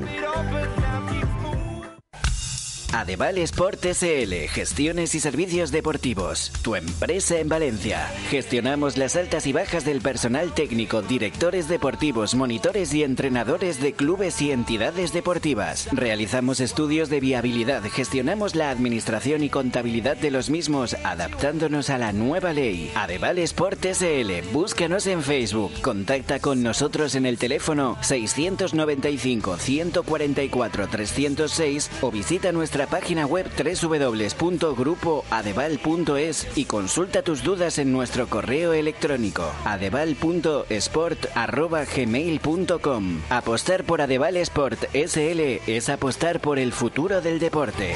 Speaker 1: Adeval Sport SL, gestiones y servicios deportivos. Tu empresa en Valencia. Gestionamos las altas y bajas del personal técnico, directores deportivos, monitores y entrenadores de clubes y entidades deportivas. Realizamos estudios de viabilidad, gestionamos la administración y contabilidad de los mismos, adaptándonos a la nueva ley. Adeval Sport SL, búscanos en Facebook, contacta con nosotros en el teléfono 695 144 306 o visita nuestra página web www.grupoadeval.es y consulta tus dudas en nuestro correo electrónico adeval.sport@gmail.com. Apostar por Adeval Sport SL es apostar por el futuro del deporte.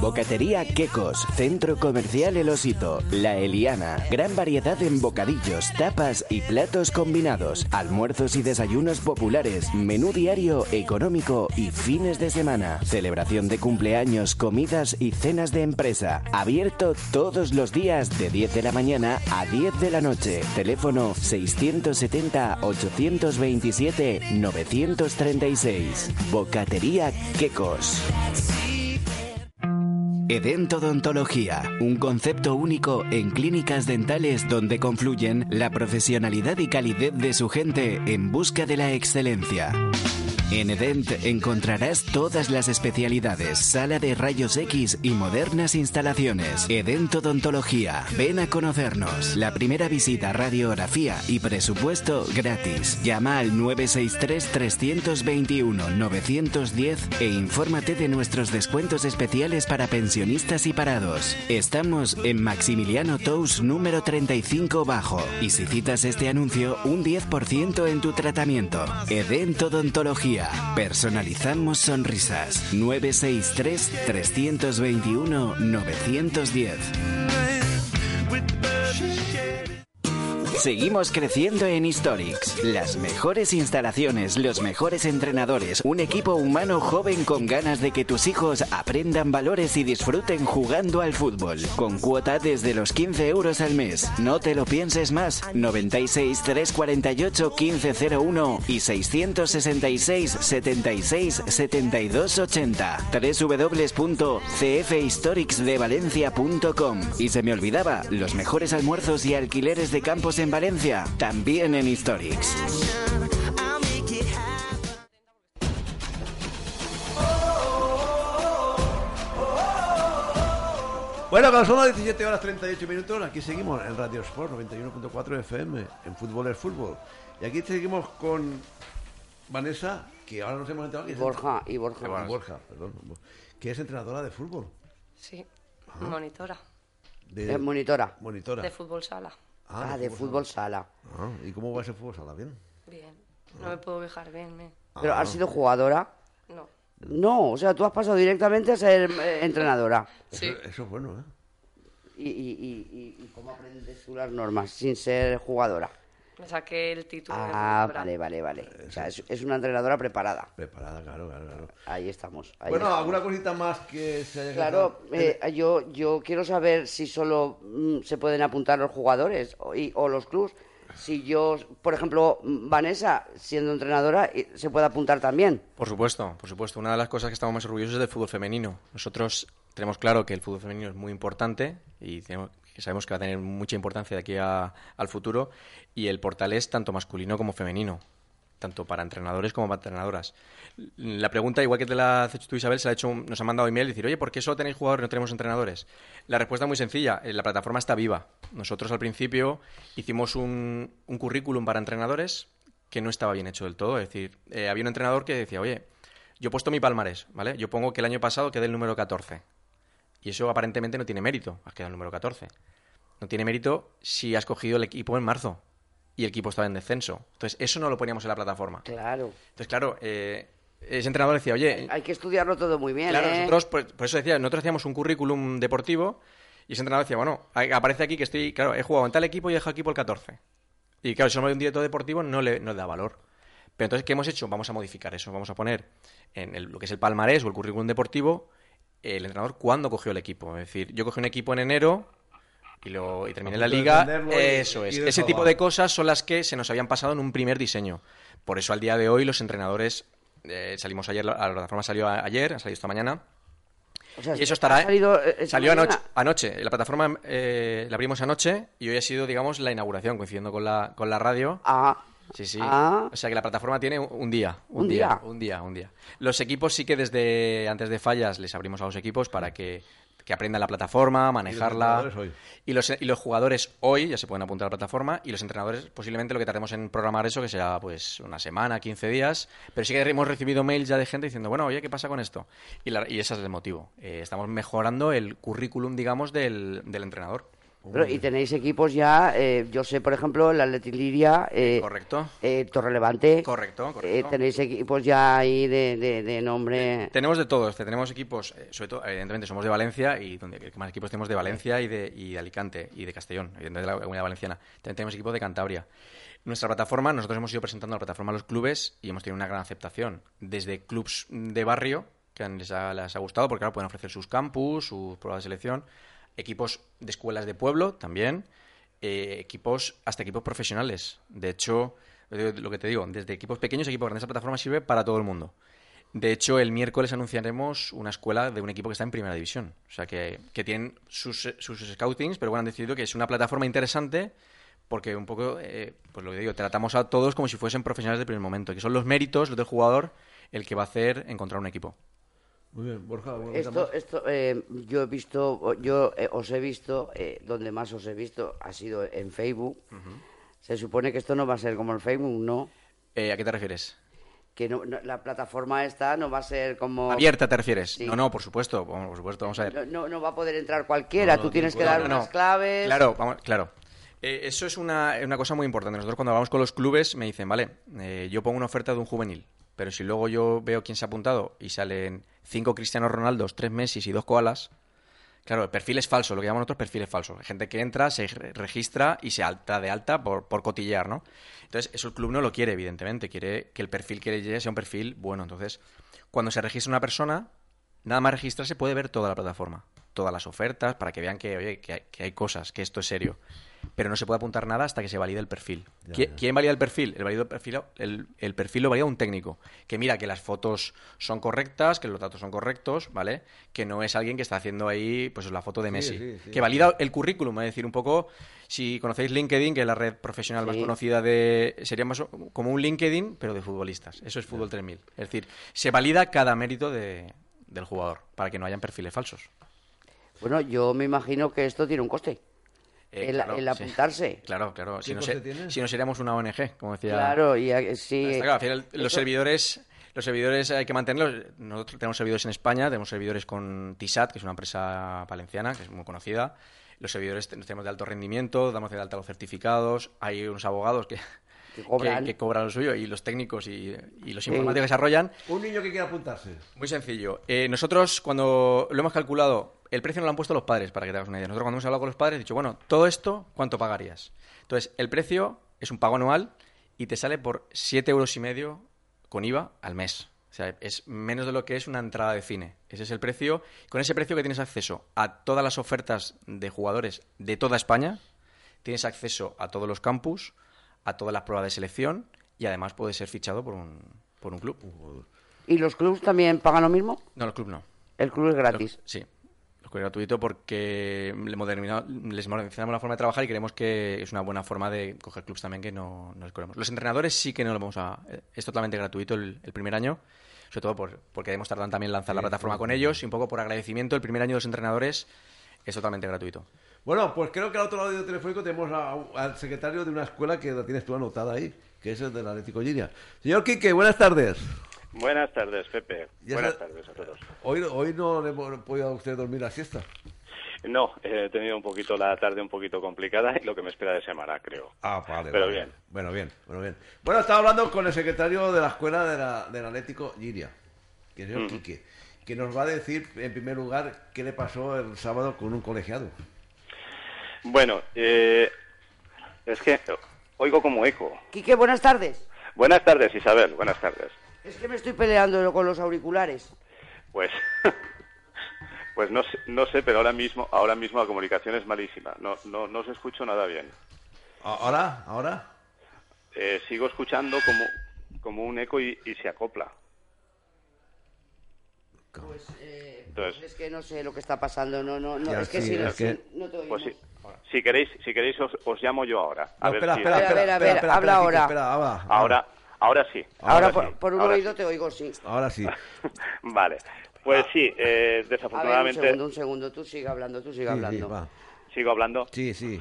Speaker 1: Bocatería Quecos, Centro Comercial El Osito, La Eliana. Gran variedad en bocadillos, tapas y platos combinados, almuerzos y desayunos populares, menú diario, económico y fines de semana. Celebración de cumpleaños, comidas y cenas de empresa. Abierto todos los días de 10 de la mañana a 10 de la noche. Teléfono 670-827-936. Bocatería Quecos. Edentodontología, un concepto único en clínicas dentales donde confluyen la profesionalidad y calidez de su gente en busca de la excelencia. En Edent encontrarás todas las especialidades, sala de rayos X y modernas instalaciones. Edent Odontología, ven a conocernos. La primera visita, radiografía y presupuesto gratis. Llama al 963-321-910 e infórmate de nuestros descuentos especiales para pensionistas y parados. Estamos en Maximiliano Tous número 35 bajo y si citas este anuncio, un 10% en tu tratamiento. Edent Odontología. Personalizamos sonrisas. 963-321-910. Seguimos creciendo en Historics. Las mejores instalaciones, los mejores entrenadores, un equipo humano joven con ganas de que tus hijos aprendan valores y disfruten jugando al fútbol. Con cuota desde los 15 euros al mes. No te lo pienses más. 96 348 1501 y 666 76 72 80. www.cfhistoricsdevalencia.com. Y se me olvidaba, los mejores almuerzos y alquileres de campos en Valencia, también en Historics.
Speaker 3: Bueno, cuando son las 17 horas 38 minutos, aquí seguimos en Radio Sport 91.4 FM, en Fútbol es Fútbol. Y aquí seguimos con Vanessa, que ahora nos hemos enterado que es
Speaker 4: Borja, y Borja.
Speaker 3: Ah, Borja, perdón. Que es entrenadora de fútbol.
Speaker 10: Sí,
Speaker 3: Ajá.
Speaker 10: monitora
Speaker 3: De,
Speaker 4: Es Eh, monitora.
Speaker 3: Monitora.
Speaker 10: de fútbol sala.
Speaker 4: Ah, de fútbol sala.
Speaker 3: Ah, ¿Y cómo va ese fútbol sala? ¿Bien?
Speaker 10: Bien, no me puedo quejar bien, me-
Speaker 4: Pero
Speaker 3: Ah.
Speaker 4: ¿has sido jugadora?
Speaker 10: No.
Speaker 4: No, o sea, tú has pasado directamente a ser eh, entrenadora.
Speaker 3: Eso, eso es bueno, ¿eh?
Speaker 4: Y, y, y- y- y cómo aprendes tú las normas sin ser jugadora.
Speaker 10: Me saqué el título de
Speaker 4: Ah,
Speaker 10: monitora.
Speaker 4: vale, vale, vale. O sea, es, es una entrenadora preparada.
Speaker 3: Preparada, claro, claro.
Speaker 4: Ahí estamos. ahí
Speaker 3: Bueno,
Speaker 4: estamos.
Speaker 3: ¿alguna cosita más que se haya
Speaker 4: Claro,
Speaker 3: quedado?
Speaker 4: eh, yo, yo quiero saber si solo mm, se pueden apuntar los jugadores o, y- o los clubs. Si yo, por ejemplo, mm, Vanessa, siendo entrenadora, eh, se puede apuntar también.
Speaker 9: Por supuesto, por supuesto. Una de las cosas que estamos más orgullosos es del fútbol femenino. Nosotros tenemos claro que el fútbol femenino es muy importante y tenemos- que sabemos que va a tener mucha importancia de aquí a- al futuro. Y el portal es tanto masculino como femenino, tanto para entrenadores como para entrenadoras. La pregunta, igual que te la has hecho tú, Isabel, se la ha hecho, un- nos han mandado email y decir, oye, ¿por qué solo tenéis jugadores y no tenemos entrenadores? La respuesta es muy sencilla, eh, la plataforma está viva. Nosotros al principio hicimos un, un currículum para entrenadores que no estaba bien hecho del todo. Es decir, eh, había un entrenador que decía, oye, yo he puesto mi palmarés, ¿vale? Yo pongo que el año pasado quedé el número 14. Y eso aparentemente no tiene mérito, has quedado el número 14. No tiene mérito si has cogido el equipo en marzo y el equipo estaba en descenso. Entonces, eso no lo poníamos en la plataforma.
Speaker 4: Claro.
Speaker 9: Entonces, claro, eh, ese entrenador decía, oye,
Speaker 4: Hay que estudiarlo todo muy bien.
Speaker 9: Claro,
Speaker 4: ¿eh?
Speaker 9: nosotros, por, por eso decía, nosotros hacíamos un currículum deportivo y ese entrenador decía, bueno, a- aparece aquí que estoy, claro, he jugado en tal equipo y he dejado equipo el 14. Y claro, si no hay un director deportivo no le, no le da valor. Pero entonces, ¿qué hemos hecho? Vamos a modificar eso. Vamos a poner en el- lo que es el palmarés o el currículum deportivo el entrenador cuándo cogió el equipo. Es decir, yo cogí un equipo en enero y, lo, y terminé
Speaker 3: A
Speaker 9: la
Speaker 3: punto de
Speaker 9: liga.
Speaker 3: venderlo y-
Speaker 9: Eso
Speaker 3: y
Speaker 9: es.
Speaker 3: de
Speaker 9: Ese tipo
Speaker 3: salvar.
Speaker 9: de cosas son las que se nos habían pasado en un primer diseño. Por eso al día de hoy los entrenadores eh, salimos ayer, la la plataforma salió a- ayer, ha salido esta mañana.
Speaker 4: O sea,
Speaker 9: y eso estará.
Speaker 4: ha salido, eh, esta
Speaker 9: salió
Speaker 4: mañana.
Speaker 9: anoche, anoche. La plataforma eh, la abrimos anoche y hoy ha sido, digamos, la inauguración, coincidiendo con la, con la radio.
Speaker 4: Ah.
Speaker 9: Sí, sí.
Speaker 4: Ah.
Speaker 9: O sea que la plataforma tiene un- un día. Un,
Speaker 4: Un
Speaker 9: día,
Speaker 4: día.
Speaker 9: Un día, un día. Los equipos sí que desde antes de fallas les abrimos a los equipos para que, que aprendan la plataforma, manejarla.
Speaker 3: entrenadores hoy.
Speaker 9: Y los, y los jugadores hoy ya se pueden apuntar a la plataforma y los entrenadores posiblemente lo que tardemos en programar eso que será pues una semana, 15 días, pero sí que hemos recibido mails ya de gente diciendo, bueno, oye, ¿qué pasa con esto? Y, la- y ese es el motivo. Eh, estamos mejorando el currículum, digamos, del, del entrenador.
Speaker 4: Pero, y tenéis equipos ya, eh, yo sé, por ejemplo, el Atleti Liria. eh,
Speaker 9: Correcto.
Speaker 4: eh, Torrelevante.
Speaker 9: Correcto, correcto.
Speaker 4: Eh, tenéis equipos ya ahí de, de- de nombre.
Speaker 9: Tenemos de todos, te- tenemos equipos, eh, sobre todo, evidentemente somos de Valencia y donde el que más equipos tenemos de Valencia y de, y de Alicante y de Castellón, evidentemente de la comunidad valenciana. También tenemos equipos de Cantabria. Nuestra plataforma, nosotros hemos ido presentando la plataforma a los clubes y hemos tenido una gran aceptación. Desde clubs de barrio, que han- les ha, les ha gustado, porque claro, pueden ofrecer sus campus, sus pruebas de selección, equipos de escuelas de pueblo también, eh, equipos, hasta equipos profesionales. De hecho, eh, lo que te digo, desde equipos pequeños, a equipos grandes, la plataforma sirve para todo el mundo. De hecho, el miércoles anunciaremos una escuela de un equipo que está en primera división. O sea, que, que tienen sus, sus scoutings, pero bueno, han decidido que es una plataforma interesante porque un poco, eh, pues lo que digo, tratamos a todos como si fuesen profesionales de primer momento, que son los méritos los del jugador el que va a hacer encontrar un equipo.
Speaker 3: Muy bien, Borja, ¿alguna cosita
Speaker 4: Esto,
Speaker 3: más?
Speaker 4: esto eh, yo he visto, yo eh, os he visto, eh, donde más os he visto ha sido en Facebook. Se supone que esto no va a ser como el Facebook, ¿no?
Speaker 9: Eh, ¿A qué te refieres?
Speaker 4: Que no- no- la plataforma esta no va a ser como...
Speaker 9: ¿Abierta te refieres?
Speaker 4: Sí.
Speaker 9: No, no, por supuesto, vamos- por supuesto, vamos a ver.
Speaker 4: No, no- no va a poder entrar cualquiera,
Speaker 9: No,
Speaker 4: tú
Speaker 9: no,
Speaker 4: tienes
Speaker 9: no,
Speaker 4: que
Speaker 9: no,
Speaker 4: dar
Speaker 9: no,
Speaker 4: unas
Speaker 9: no.
Speaker 4: claves.
Speaker 9: Claro, vamos, claro. Eh, eso es una, una cosa muy importante. Nosotros cuando hablamos con los clubes me dicen, vale, eh, yo pongo una oferta de un juvenil, pero si luego yo veo quién se ha apuntado y salen cinco Cristianos Ronaldos, tres Messi y dos Koalas, Claro, perfiles falsos, lo que llaman otros perfiles falsos. Gente que entra, se re- registra y se alta de alta por, por cotillear, ¿no? Entonces, eso el club no lo quiere, evidentemente. Quiere que el perfil que le llegue sea un perfil bueno. Entonces, cuando se registra una persona, nada más registrarse puede ver toda la plataforma, todas las ofertas, para que vean que, oye, que, hay, que hay cosas, que esto es serio. Pero no se puede apuntar nada hasta que se valide el perfil.
Speaker 12: Ya,
Speaker 9: ¿Qui-
Speaker 12: ya.
Speaker 9: ¿Quién valida el perfil? El, valido perfil el, el perfil lo valida un técnico, que mira que las fotos son correctas, que los datos son correctos, ¿vale? Que no es alguien que está haciendo ahí pues la foto de
Speaker 13: Sí,
Speaker 9: Messi.
Speaker 13: sí, sí.
Speaker 9: que valida el currículum, es decir, un poco, si conocéis LinkedIn, que es la red profesional más
Speaker 13: Sí.
Speaker 9: conocida de... Sería más o- como un LinkedIn, pero de futbolistas. Eso es Fútbol 3000. Es decir, se valida cada mérito de- del jugador, para que no hayan perfiles falsos.
Speaker 4: Bueno, yo me imagino que esto tiene un coste.
Speaker 9: Eh,
Speaker 4: el,
Speaker 9: claro,
Speaker 4: el
Speaker 9: sí.
Speaker 4: apuntarse.
Speaker 9: Claro, claro. Si
Speaker 4: ¿Qué
Speaker 9: no,
Speaker 4: coste
Speaker 9: se-
Speaker 4: tiene?
Speaker 9: si no seríamos una ONG, como decía...
Speaker 4: Claro, y eh, sí.
Speaker 9: Está claro, al final los
Speaker 4: eso-
Speaker 9: servidores, los servidores hay que mantenerlos. Nosotros tenemos servidores en España, tenemos servidores con TISAT, que es una empresa valenciana, que es muy conocida. Los servidores ten- tenemos de alto rendimiento, damos de alta los certificados, hay unos abogados que, que-
Speaker 3: cobran.
Speaker 9: que lo suyo, y los técnicos y, y los
Speaker 3: Sí.
Speaker 9: informáticos que desarrollan.
Speaker 3: Un niño que quiera apuntarse.
Speaker 9: Muy sencillo. Eh, nosotros, cuando lo hemos calculado, el precio no lo han puesto los padres, para que te hagas una idea. Nosotros, cuando hemos hablado con los padres, hemos dicho, bueno, todo esto, ¿cuánto pagarías? Entonces, el precio es un pago anual y te sale por siete euros y medio con IVA al mes. O sea, es menos de lo que es una entrada de cine. Ese es el precio. Con ese precio que tienes acceso a todas las ofertas de jugadores de toda España, tienes acceso a todos los campus, a todas las pruebas de selección y además puedes ser fichado por un, por un club.
Speaker 4: ¿Y los clubs también pagan lo mismo?
Speaker 9: No, los clubes no.
Speaker 4: El club es gratis.
Speaker 9: Sí, los clubes gratuito porque le moderniza- les modernizamos la forma de trabajar y creemos que es una buena forma de coger clubes también que no nos cobramos. Los entrenadores sí que no lo vamos a... eh, Es totalmente gratuito el, el primer año, sobre todo por- porque hemos tardado también en lanzar la
Speaker 3: Sí,
Speaker 9: plataforma
Speaker 3: sí,
Speaker 9: con
Speaker 3: sí.
Speaker 9: ellos y un poco por agradecimiento el primer año de los entrenadores es totalmente gratuito.
Speaker 3: Bueno, pues creo que al otro lado del telefónico tenemos a- al secretario de una escuela que la tienes tú anotada ahí, que es el del Atlético Giria. Señor Quique, buenas tardes.
Speaker 14: Buenas tardes, Pepe.
Speaker 3: Ya
Speaker 14: Buenas
Speaker 3: está-
Speaker 14: tardes a todos.
Speaker 3: Hoy, hoy no le hemos podido a usted dormir la siesta.
Speaker 14: No, eh, he tenido un poquito la tarde un poquito complicada y lo que me espera de semana, creo.
Speaker 3: Ah, vale.
Speaker 14: Pero
Speaker 3: vale.
Speaker 14: bien.
Speaker 3: Bueno, bien, bueno, bien. Bueno, estaba hablando con el secretario de la escuela de la- del Atlético Giria, que es el
Speaker 14: Ujú.
Speaker 3: Quique, que nos va a decir, en primer lugar, qué le pasó el sábado con un colegiado.
Speaker 14: Bueno, eh, es que oigo como eco.
Speaker 4: Quique, buenas tardes.
Speaker 14: Buenas tardes, Isabel. Buenas tardes.
Speaker 4: Es que me estoy peleando con los auriculares.
Speaker 14: Pues, pues no sé, no sé, pero ahora mismo, ahora mismo la comunicación es malísima. No, no, no os escucho nada bien.
Speaker 3: ¿Ahora? ¿Ahora?
Speaker 14: Eh, sigo escuchando como, como un eco y, y se acopla.
Speaker 4: Pues, eh,
Speaker 14: Entonces-
Speaker 4: pues es que no sé lo que está pasando. No, no, no.
Speaker 14: Ya,
Speaker 4: es que
Speaker 14: sí,
Speaker 4: si, no,
Speaker 14: es que-
Speaker 4: si no te oímos.
Speaker 14: Pues sí. Si queréis, si queréis os, os llamo yo ahora. A
Speaker 3: No,
Speaker 14: ver
Speaker 3: espera,
Speaker 14: si-
Speaker 3: espera, A ver, a espera, ver, a ver, espera, espera, habla Quique, ahora. espera, habla, habla.
Speaker 14: Ahora, ahora sí.
Speaker 4: Ahora,
Speaker 14: sí,
Speaker 4: por, por un
Speaker 14: ahora
Speaker 4: oído te oigo, sí.
Speaker 3: Ahora sí.
Speaker 14: sí. Vale. Pues sí, eh,
Speaker 4: A ver, un
Speaker 14: desafortunadamente...
Speaker 4: segundo, un segundo. Tú sigue hablando, tú sigue hablando.
Speaker 14: ¿Sigo hablando?
Speaker 3: Sí, sí.
Speaker 14: Eh,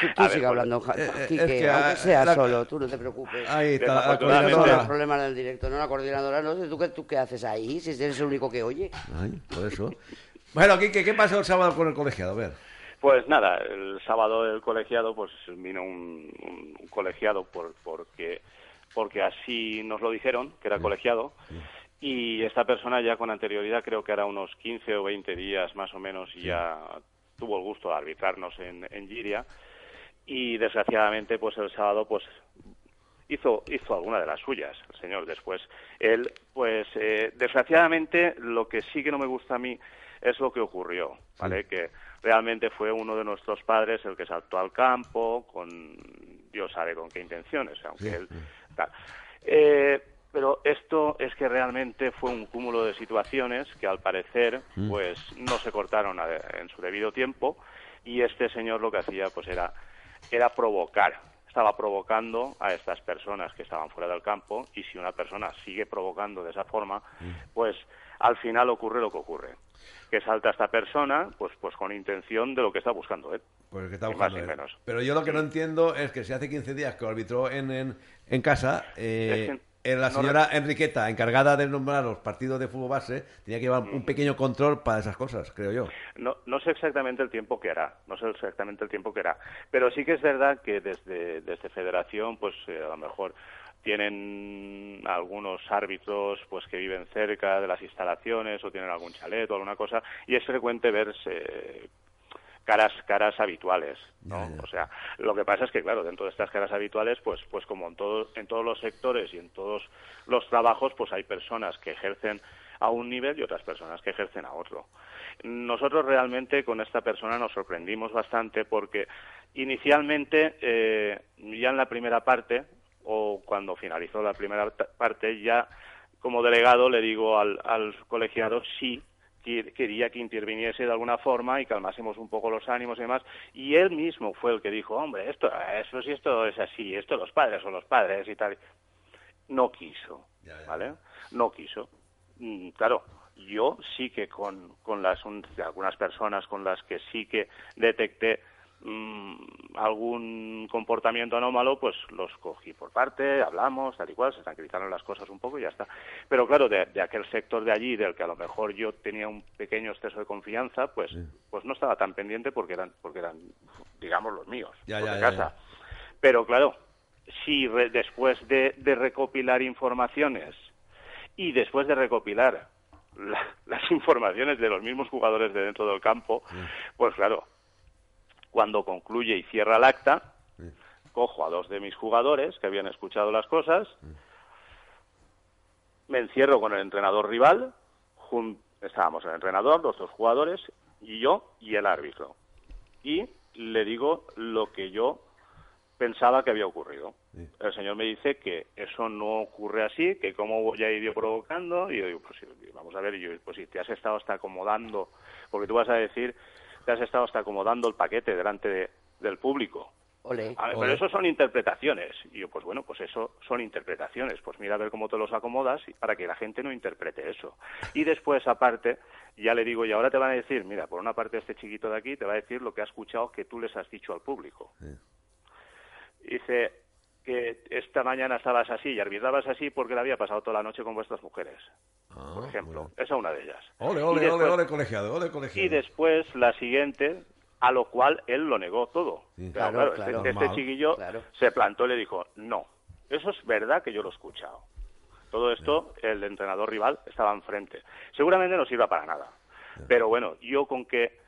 Speaker 4: Tú,
Speaker 14: A
Speaker 4: tú
Speaker 14: ver,
Speaker 4: sigue
Speaker 14: bueno.
Speaker 4: hablando, Ja-
Speaker 14: Eh, eh,
Speaker 4: Quique,
Speaker 14: es que,
Speaker 4: aunque
Speaker 14: ah,
Speaker 4: sea
Speaker 14: la-
Speaker 4: solo, tú no te
Speaker 14: eh,
Speaker 4: preocupes.
Speaker 3: Ahí está, la
Speaker 4: Desafortunadamente-
Speaker 3: coordinadora.
Speaker 4: El problema del directo, no la coordinadora, no sé, ¿tú qué, tú qué haces ahí? Si eres el único que oye.
Speaker 3: Ay, por eso. Bueno, Quique, ¿qué pasó el sábado con el colegiado? A ver.
Speaker 14: Pues nada, el sábado el colegiado, pues vino un, un- un colegiado por, porque, porque así nos lo dijeron, que era colegiado, y esta persona ya con anterioridad, creo que era unos 15 o 20 días más o menos, ya tuvo el gusto de arbitrarnos en, en Giria, y desgraciadamente pues el sábado pues hizo, hizo alguna de las suyas, el señor después. Él, pues eh, desgraciadamente lo que sí que no me gusta a mí es lo que ocurrió, ¿vale? Que realmente fue uno de nuestros padres el que saltó al campo con Dios sabe con qué intenciones, aunque él tal. Eh, pero esto es que realmente fue un cúmulo de situaciones que al parecer
Speaker 15: Mm.
Speaker 14: pues no se cortaron a- en su debido tiempo y este señor lo que hacía pues era era provocar estaba provocando a estas personas que estaban fuera del campo y si una persona sigue provocando de esa forma pues al final ocurre lo que ocurre que salta esta persona pues pues con intención de lo que está buscando él
Speaker 3: Pues que está
Speaker 14: Ni más
Speaker 3: buscando
Speaker 14: ni
Speaker 3: él.
Speaker 14: menos.
Speaker 3: Pero yo lo que no entiendo es que si hace 15 días que arbitró en, en, en casa, eh,
Speaker 14: Es
Speaker 3: eh, la
Speaker 14: no
Speaker 3: señora Enriqueta, encargada de nombrar los partidos de fútbol base, tenía que llevar un pequeño control para esas cosas, creo yo.
Speaker 14: No, no sé exactamente el tiempo que hará, no sé exactamente el tiempo que hará, pero sí que es verdad que desde, desde Federación, pues eh, a lo mejor tienen algunos árbitros pues que viven cerca de las instalaciones o tienen algún chalet o alguna cosa y es frecuente verse caras caras habituales no o sea lo que pasa es que claro dentro de estas caras habituales pues pues como en todos en todos los sectores y en todos los trabajos pues hay personas que ejercen a un nivel y otras personas que ejercen a otro nosotros realmente con esta persona nos sorprendimos bastante porque inicialmente eh, ya en la primera parte o cuando finalizó la primera ta- parte ya como delegado le digo al, al colegiado sí que- quería que interviniese de alguna forma y calmásemos un poco los ánimos y demás. Y él mismo fue el que dijo, hombre, esto, eso sí, esto es así, esto los padres son los padres y tal. No quiso, ¿vale? No quiso. Mm, Claro, yo sí que con, con las, un- algunas personas con las que sí que detecté mm, algún comportamiento anómalo, pues los cogí por parte, hablamos, tal y cual, se tranquilizaron las cosas un poco y ya está. Pero claro, de, de aquel sector de allí, del que a lo mejor yo tenía un pequeño exceso de confianza, pues, pues no estaba tan pendiente porque eran, porque eran, digamos, los míos,
Speaker 3: Ya,
Speaker 14: los
Speaker 3: ya,
Speaker 14: de
Speaker 3: ya,
Speaker 14: casa. Pero claro, si re- después de, de recopilar informaciones y después de recopilar la- las informaciones de los mismos jugadores de dentro del campo, pues claro, cuando concluye y cierra el acta, cojo a dos de mis jugadores que habían escuchado las cosas, me encierro con el entrenador rival, jun- estábamos el entrenador, los dos jugadores, y yo y el árbitro. Y le digo lo que yo pensaba que había ocurrido. El señor me dice que eso no ocurre así, que cómo ya he ido provocando, y yo digo, pues sí, vamos a ver, y yo, pues si te has estado hasta acomodando, porque tú vas a decir, te has estado hasta acomodando el paquete delante de- del público.
Speaker 4: Ole.
Speaker 14: A ver, pero eso son interpretaciones. Y yo, pues bueno, pues eso son interpretaciones. Pues mira a ver cómo te los acomodas y- para que la gente no interprete eso. Y después, aparte, ya le digo, y ahora te van a decir, mira, por una parte este chiquito de aquí te va a decir lo que ha escuchado que tú les has dicho al público. Dice que esta mañana estabas así y arbitrabas así porque la había pasado toda la noche con vuestras mujeres. por ejemplo, esa es una de ellas.
Speaker 3: Ah, Ole,
Speaker 14: Y
Speaker 3: ole, ole,
Speaker 14: después-
Speaker 3: ole, colegiado, ole, colegiado.
Speaker 14: y después la siguiente, a lo cual él lo negó todo.
Speaker 3: Sí.
Speaker 14: Pero,
Speaker 3: Claro,
Speaker 14: claro, este-
Speaker 3: claro.
Speaker 14: este,
Speaker 3: Normal.
Speaker 14: chiquillo se plantó y le dijo, no, eso es verdad que yo lo he escuchado. Todo esto, el entrenador rival estaba enfrente. Seguramente no sirva para nada. Pero bueno, yo con que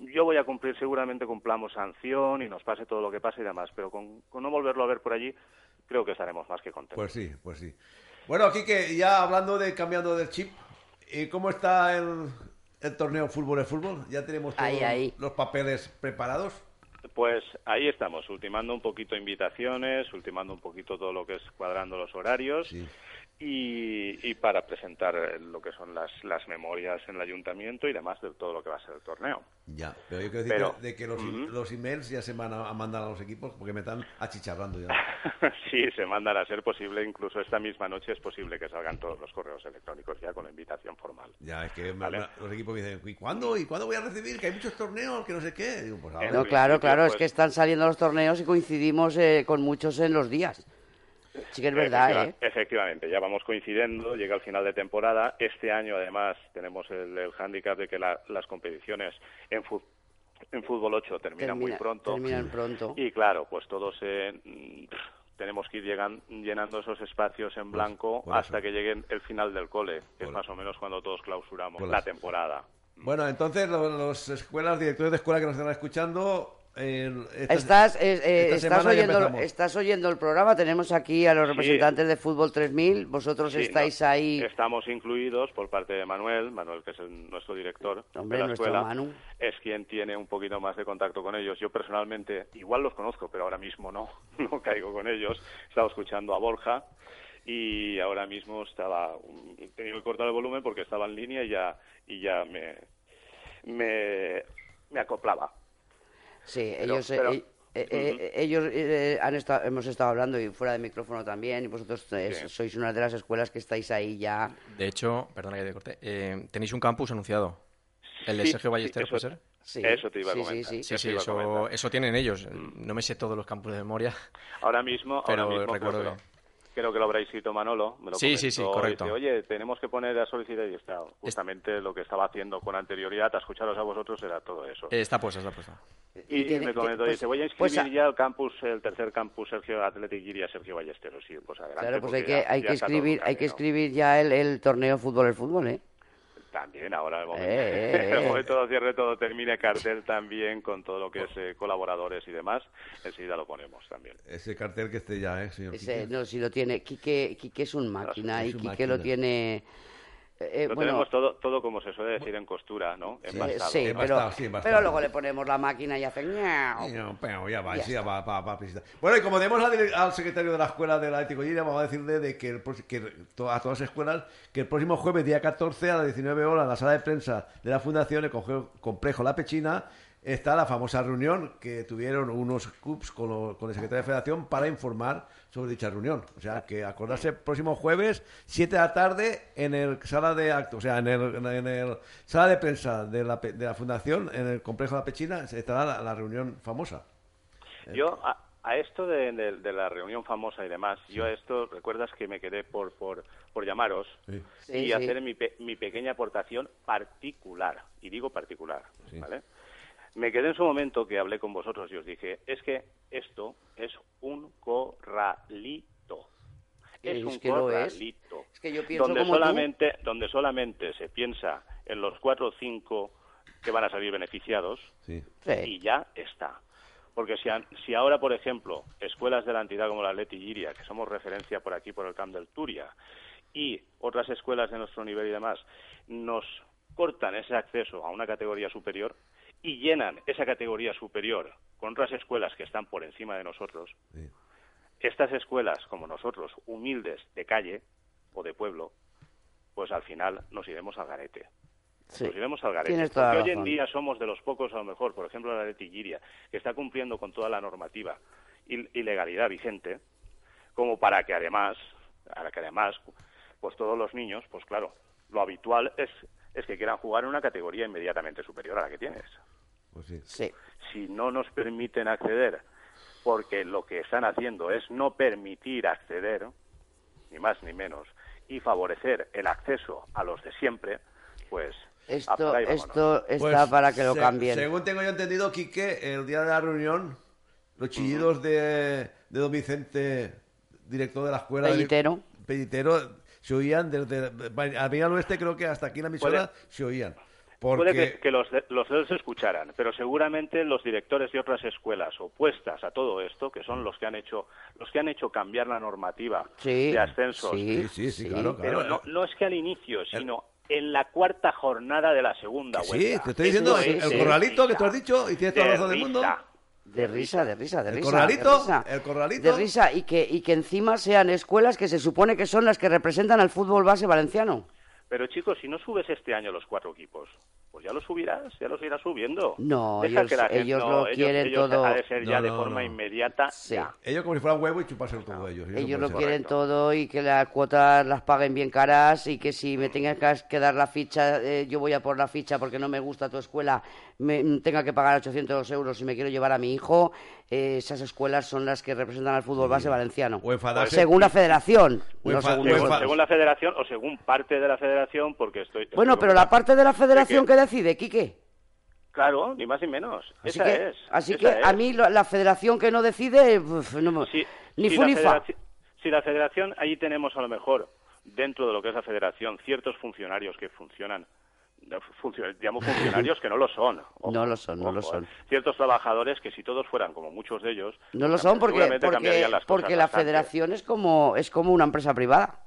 Speaker 14: yo voy a cumplir, seguramente cumplamos sanción y nos pase todo lo que pase y demás, pero con, con no volverlo a ver por allí, creo que estaremos más que contentos.
Speaker 3: Pues sí, pues sí. Bueno, Kike, ya hablando de cambiando del chip, ¿y ¿cómo está el, el torneo fútbol es fútbol? ¿Ya tenemos todos
Speaker 14: Ahí, ahí.
Speaker 3: los papeles preparados?
Speaker 14: Pues ahí estamos, ultimando un poquito invitaciones, ultimando un poquito todo lo que es cuadrando los horarios y, y para presentar eh, lo que son las, las memorias en el ayuntamiento y demás de todo lo que va a ser el torneo.
Speaker 3: Ya, pero yo quiero decir
Speaker 14: Pero-
Speaker 3: que- de que los, los emails ya se van a, a mandar a los equipos porque me están achicharrando ya.
Speaker 14: sí, se mandan a ser posible, incluso esta misma noche es posible que salgan todos los correos electrónicos ya con la invitación formal.
Speaker 3: Ya, es que me- me- los equipos me dicen, ¿y cuándo? ¿Y cuándo voy a recibir? Que hay muchos torneos, que no sé qué. Digo, pues ahora.
Speaker 4: No, claro, claro, es que están saliendo los torneos y coincidimos eh, con muchos en los días. Sí que es verdad,
Speaker 14: Efectiva-
Speaker 4: ¿eh?
Speaker 14: Efectivamente, ya vamos coincidiendo, llega el final de temporada. Este año, además, tenemos el, el hándicap de que la- las competiciones en, fu- en fútbol 8 terminan muy
Speaker 4: Termina-
Speaker 14: pronto.
Speaker 4: terminan pronto.
Speaker 14: Y claro, pues todos eh, mm, tenemos que ir llegan- llenando esos espacios en blanco
Speaker 3: por
Speaker 14: hasta que llegue el final del cole, que es más o menos cuando todos clausuramos
Speaker 3: Por
Speaker 14: la
Speaker 3: eso.
Speaker 14: temporada.
Speaker 3: Bueno, entonces lo- los, escuelas, directores de escuela que nos están escuchando... eh, esta-
Speaker 4: Estás, eh, eh,
Speaker 3: esta
Speaker 4: estás,
Speaker 3: semana ya
Speaker 4: oyendo,
Speaker 3: empezamos.
Speaker 4: estás oyendo el programa, tenemos aquí a los representantes de Fútbol 3000, vosotros
Speaker 14: Sí,
Speaker 4: estáis
Speaker 14: no, eh,
Speaker 4: ahí...
Speaker 14: Estamos incluidos por parte de Manuel, Manuel que es el- nuestro director
Speaker 4: Hombre,
Speaker 14: de la
Speaker 4: nuestro
Speaker 14: escuela,
Speaker 4: Manu.
Speaker 14: es quien tiene un poquito más de contacto con ellos. Yo personalmente igual los conozco, pero ahora mismo no, no caigo con ellos. Estaba escuchando a Borja y ahora mismo estaba he tenido que cortar el volumen porque estaba en línea y ya y ya me me, me acoplaba.
Speaker 4: Sí,
Speaker 14: Pero-
Speaker 4: ellos, eh,
Speaker 14: pero-
Speaker 4: eh, eh, eh,
Speaker 14: Ujú.
Speaker 4: ellos eh, han estado, hemos estado hablando y fuera de micrófono también, y vosotros eh,
Speaker 9: Sí.
Speaker 4: sois una de las escuelas que estáis ahí ya.
Speaker 9: De hecho, perdona que te corté, eh, tenéis un campus anunciado. ¿El de
Speaker 14: Sí,
Speaker 9: Sergio Ballesteros
Speaker 14: sí,
Speaker 9: puede
Speaker 14: eso-
Speaker 9: ser?
Speaker 14: Sí. eso te iba a comentar,
Speaker 9: Sí,
Speaker 14: eso te iba a Mm.
Speaker 9: eso, eso tienen ellos. No me sé todos los campus de memoria,
Speaker 14: Ahora mismo,
Speaker 9: pero
Speaker 14: ahora mismo creo
Speaker 9: recuerdo
Speaker 14: que
Speaker 9: bien.
Speaker 14: no. creo que lo habréis visto Manolo. Me lo
Speaker 9: Sí, sí, sí,
Speaker 14: comentó,
Speaker 9: correcto.
Speaker 14: dice, Oye, tenemos que poner a solicitud y está. Justamente lo que estaba haciendo con anterioridad, a escucharos a vosotros, era todo eso.
Speaker 9: Eh, está puesta, está puesta.
Speaker 14: Y,
Speaker 9: tiene-
Speaker 14: me comentó,
Speaker 9: pues-
Speaker 14: dice, voy a inscribir
Speaker 9: pues a-
Speaker 4: ah,
Speaker 14: ya el campus, el tercer campus Sergio Athletic Iría Sergio Ballesteros. Sí, pues adelante.
Speaker 4: Claro, pues
Speaker 14: porque
Speaker 4: hay que,
Speaker 14: ya-
Speaker 4: hay
Speaker 14: ya
Speaker 4: que
Speaker 14: está todo
Speaker 4: escribir, hay que
Speaker 14: camino.
Speaker 4: escribir ya el, el torneo fútbol el fútbol, ¿eh?
Speaker 14: También ahora, el momento,
Speaker 4: Eh, eh, eh.
Speaker 14: el momento de cierre, todo termine, cartel también con todo lo que es eh, colaboradores y demás. Enseguida lo ponemos también.
Speaker 3: Ese cartel que esté ya, ¿eh, señor?
Speaker 4: Ese,
Speaker 3: Quique?
Speaker 4: no, si lo tiene, Quique, Quique es un máquina y
Speaker 3: Es un
Speaker 4: Quique
Speaker 3: máquina.
Speaker 4: lo tiene... eh,
Speaker 14: Ah, lo
Speaker 4: bueno,
Speaker 14: tenemos todo, todo como se suele decir en costura, ¿no?
Speaker 4: Sí,
Speaker 14: Envasado.
Speaker 4: Eh, sí, pero, pero luego le ponemos la máquina y hace ñau.
Speaker 3: No, pero ya va,
Speaker 4: Ya
Speaker 3: sí, ya va, va, va, visita. Bueno, y como tenemos al, dire- al secretario de la Escuela de la Ética y Higiene, vamos a decirle de que, el prox- que to- a todas las escuelas que el próximo jueves, día 14, a las 19 horas, en la sala de prensa de la Fundación, el Conge- Complejo La Pechina, está la famosa reunión que tuvieron unos CUPS con, lo- con el secretario de Federación para informar sobre dicha reunión. O sea, que acordarse, próximo jueves, 7 de la tarde, en el sala de acto, o sea, en el, en el- en el sala de prensa de la, pe- de la Fundación, en el Complejo La Pechina, estará la- la reunión famosa.
Speaker 14: Yo a, a esto de, de- de la reunión famosa y demás, yo a esto, recuerdas que me quedé por, por, por llamaros
Speaker 12: Sí,
Speaker 14: y
Speaker 12: sí.
Speaker 14: hacer mi, pe- mi pequeña aportación particular, y digo particular, ¿vale? Me quedé en su momento que hablé con vosotros y os dije, es que esto es un corralito. Es,
Speaker 4: Es
Speaker 14: un
Speaker 4: que lo es.
Speaker 14: corralito.
Speaker 4: Es que yo pienso
Speaker 14: donde
Speaker 4: como tú.
Speaker 14: solamente, donde solamente se piensa en los cuatro o cinco que van a salir beneficiados y ya está. Porque si, a- si ahora, por ejemplo, escuelas de la entidad como la Leti Giria, que somos referencia por aquí por el Camp del Turia, y otras escuelas de nuestro nivel y demás, nos cortan ese acceso a una categoría superior y llenan esa categoría superior con otras escuelas que están por encima de nosotros, estas escuelas, como nosotros, humildes de calle o de pueblo, pues al final nos iremos al garete.
Speaker 4: Sí.
Speaker 14: Nos Pues iremos al garete.
Speaker 4: Tienes
Speaker 14: Porque
Speaker 4: toda la
Speaker 14: hoy en
Speaker 4: razón.
Speaker 14: día somos de los pocos, a lo mejor, por ejemplo, la de Tigiria, que está cumpliendo con toda la normativa y, y legalidad vigente, como para que además, para que además, pues todos los niños, pues claro, lo habitual es, es que quieran jugar en una categoría inmediatamente superior a la que tienes
Speaker 3: Pues sí.
Speaker 14: si no nos permiten acceder, porque lo que están haciendo es no permitir acceder, ni más ni menos, y favorecer el acceso a los de siempre, pues... apaga y vámonos.
Speaker 3: Pues
Speaker 4: está para que lo cambien.
Speaker 3: Según tengo yo entendido, Quique, el día de la reunión, los chillidos de, de don Vicente, director de la escuela.
Speaker 4: Pellitero.
Speaker 3: Pellitero, se oían desde Avenida al Oeste, creo que hasta aquí en la emisora, se oían. Porque,
Speaker 14: Puede que, que los, de- los dos se escucharan, pero seguramente los directores de otras escuelas opuestas a todo esto, que son los que han hecho, los que han hecho cambiar la normativa
Speaker 4: Sí,
Speaker 14: de ascensos,
Speaker 4: sí, Sí, sí, sí, sí. claro,
Speaker 14: pero
Speaker 4: claro.
Speaker 14: No, no es que al inicio, sino en la cuarta jornada de la segunda
Speaker 3: sí,
Speaker 14: vuelta.
Speaker 3: te estoy diciendo, el- el corralito que tú has dicho, y tienes toda la razón del mundo.
Speaker 4: De risa, de risa, de
Speaker 3: El
Speaker 4: risa.
Speaker 3: corralito,
Speaker 4: de risa.
Speaker 3: el corralito.
Speaker 4: De risa y que, y que encima sean escuelas que se supone que son las que representan al fútbol base valenciano.
Speaker 14: Pero chicos, si no subes este año los cuatro equipos, pues ya los subirás, ya los irás subiendo.
Speaker 4: No,
Speaker 14: Deja
Speaker 4: ellos-
Speaker 14: que la gente-
Speaker 4: ellos
Speaker 14: no,
Speaker 4: lo quieren
Speaker 14: ellos
Speaker 4: todo-
Speaker 14: Ha de ser ya
Speaker 4: No,
Speaker 14: de
Speaker 4: no,
Speaker 14: forma
Speaker 4: no.
Speaker 14: inmediata. ya.
Speaker 3: Ellos como si fueran huevo y chupasen todo ellos. y eso
Speaker 4: Ah, Ellos
Speaker 3: puede
Speaker 4: lo
Speaker 3: ser.
Speaker 4: quieren todo y que las cuotas las paguen bien caras y que si me tengas que- que dar la ficha, eh, yo voy a por la ficha porque no me gusta tu escuela, me mm, tenga que pagar 800 euros si me quiero llevar a mi hijo. Eh, esas escuelas son las que representan al fútbol base valenciano.
Speaker 3: enfadarse.
Speaker 4: Según la federación.
Speaker 3: O
Speaker 4: no
Speaker 3: enfa-
Speaker 4: según
Speaker 3: o
Speaker 4: nosotros.
Speaker 3: enfa-
Speaker 14: Según la federación o según parte de la federación, porque estoy...
Speaker 4: Bueno,
Speaker 14: estoy
Speaker 4: pero la parte de la federación que decide, Quique.
Speaker 14: Claro, ni más ni menos.
Speaker 4: Así
Speaker 14: esa
Speaker 4: que,
Speaker 14: es.
Speaker 4: así
Speaker 14: esa
Speaker 4: que
Speaker 14: es.
Speaker 4: a mí lo- la federación que no decide, uf, no me- ni
Speaker 14: si
Speaker 4: fu
Speaker 14: la
Speaker 4: ni fa.
Speaker 14: federaci- Si la federación, allí tenemos a lo mejor, dentro de lo que es la federación, ciertos funcionarios que funcionan, no, funcio- digamos funcionarios que no lo son, eh.
Speaker 4: No lo son, no lo son.
Speaker 14: ciertos trabajadores que si todos fueran como muchos de ellos,
Speaker 4: No lo son porque,
Speaker 14: Seguramente
Speaker 4: porque,
Speaker 14: cambiarían las cosas
Speaker 4: porque la
Speaker 14: bastante.
Speaker 4: federación es como, es como una empresa privada.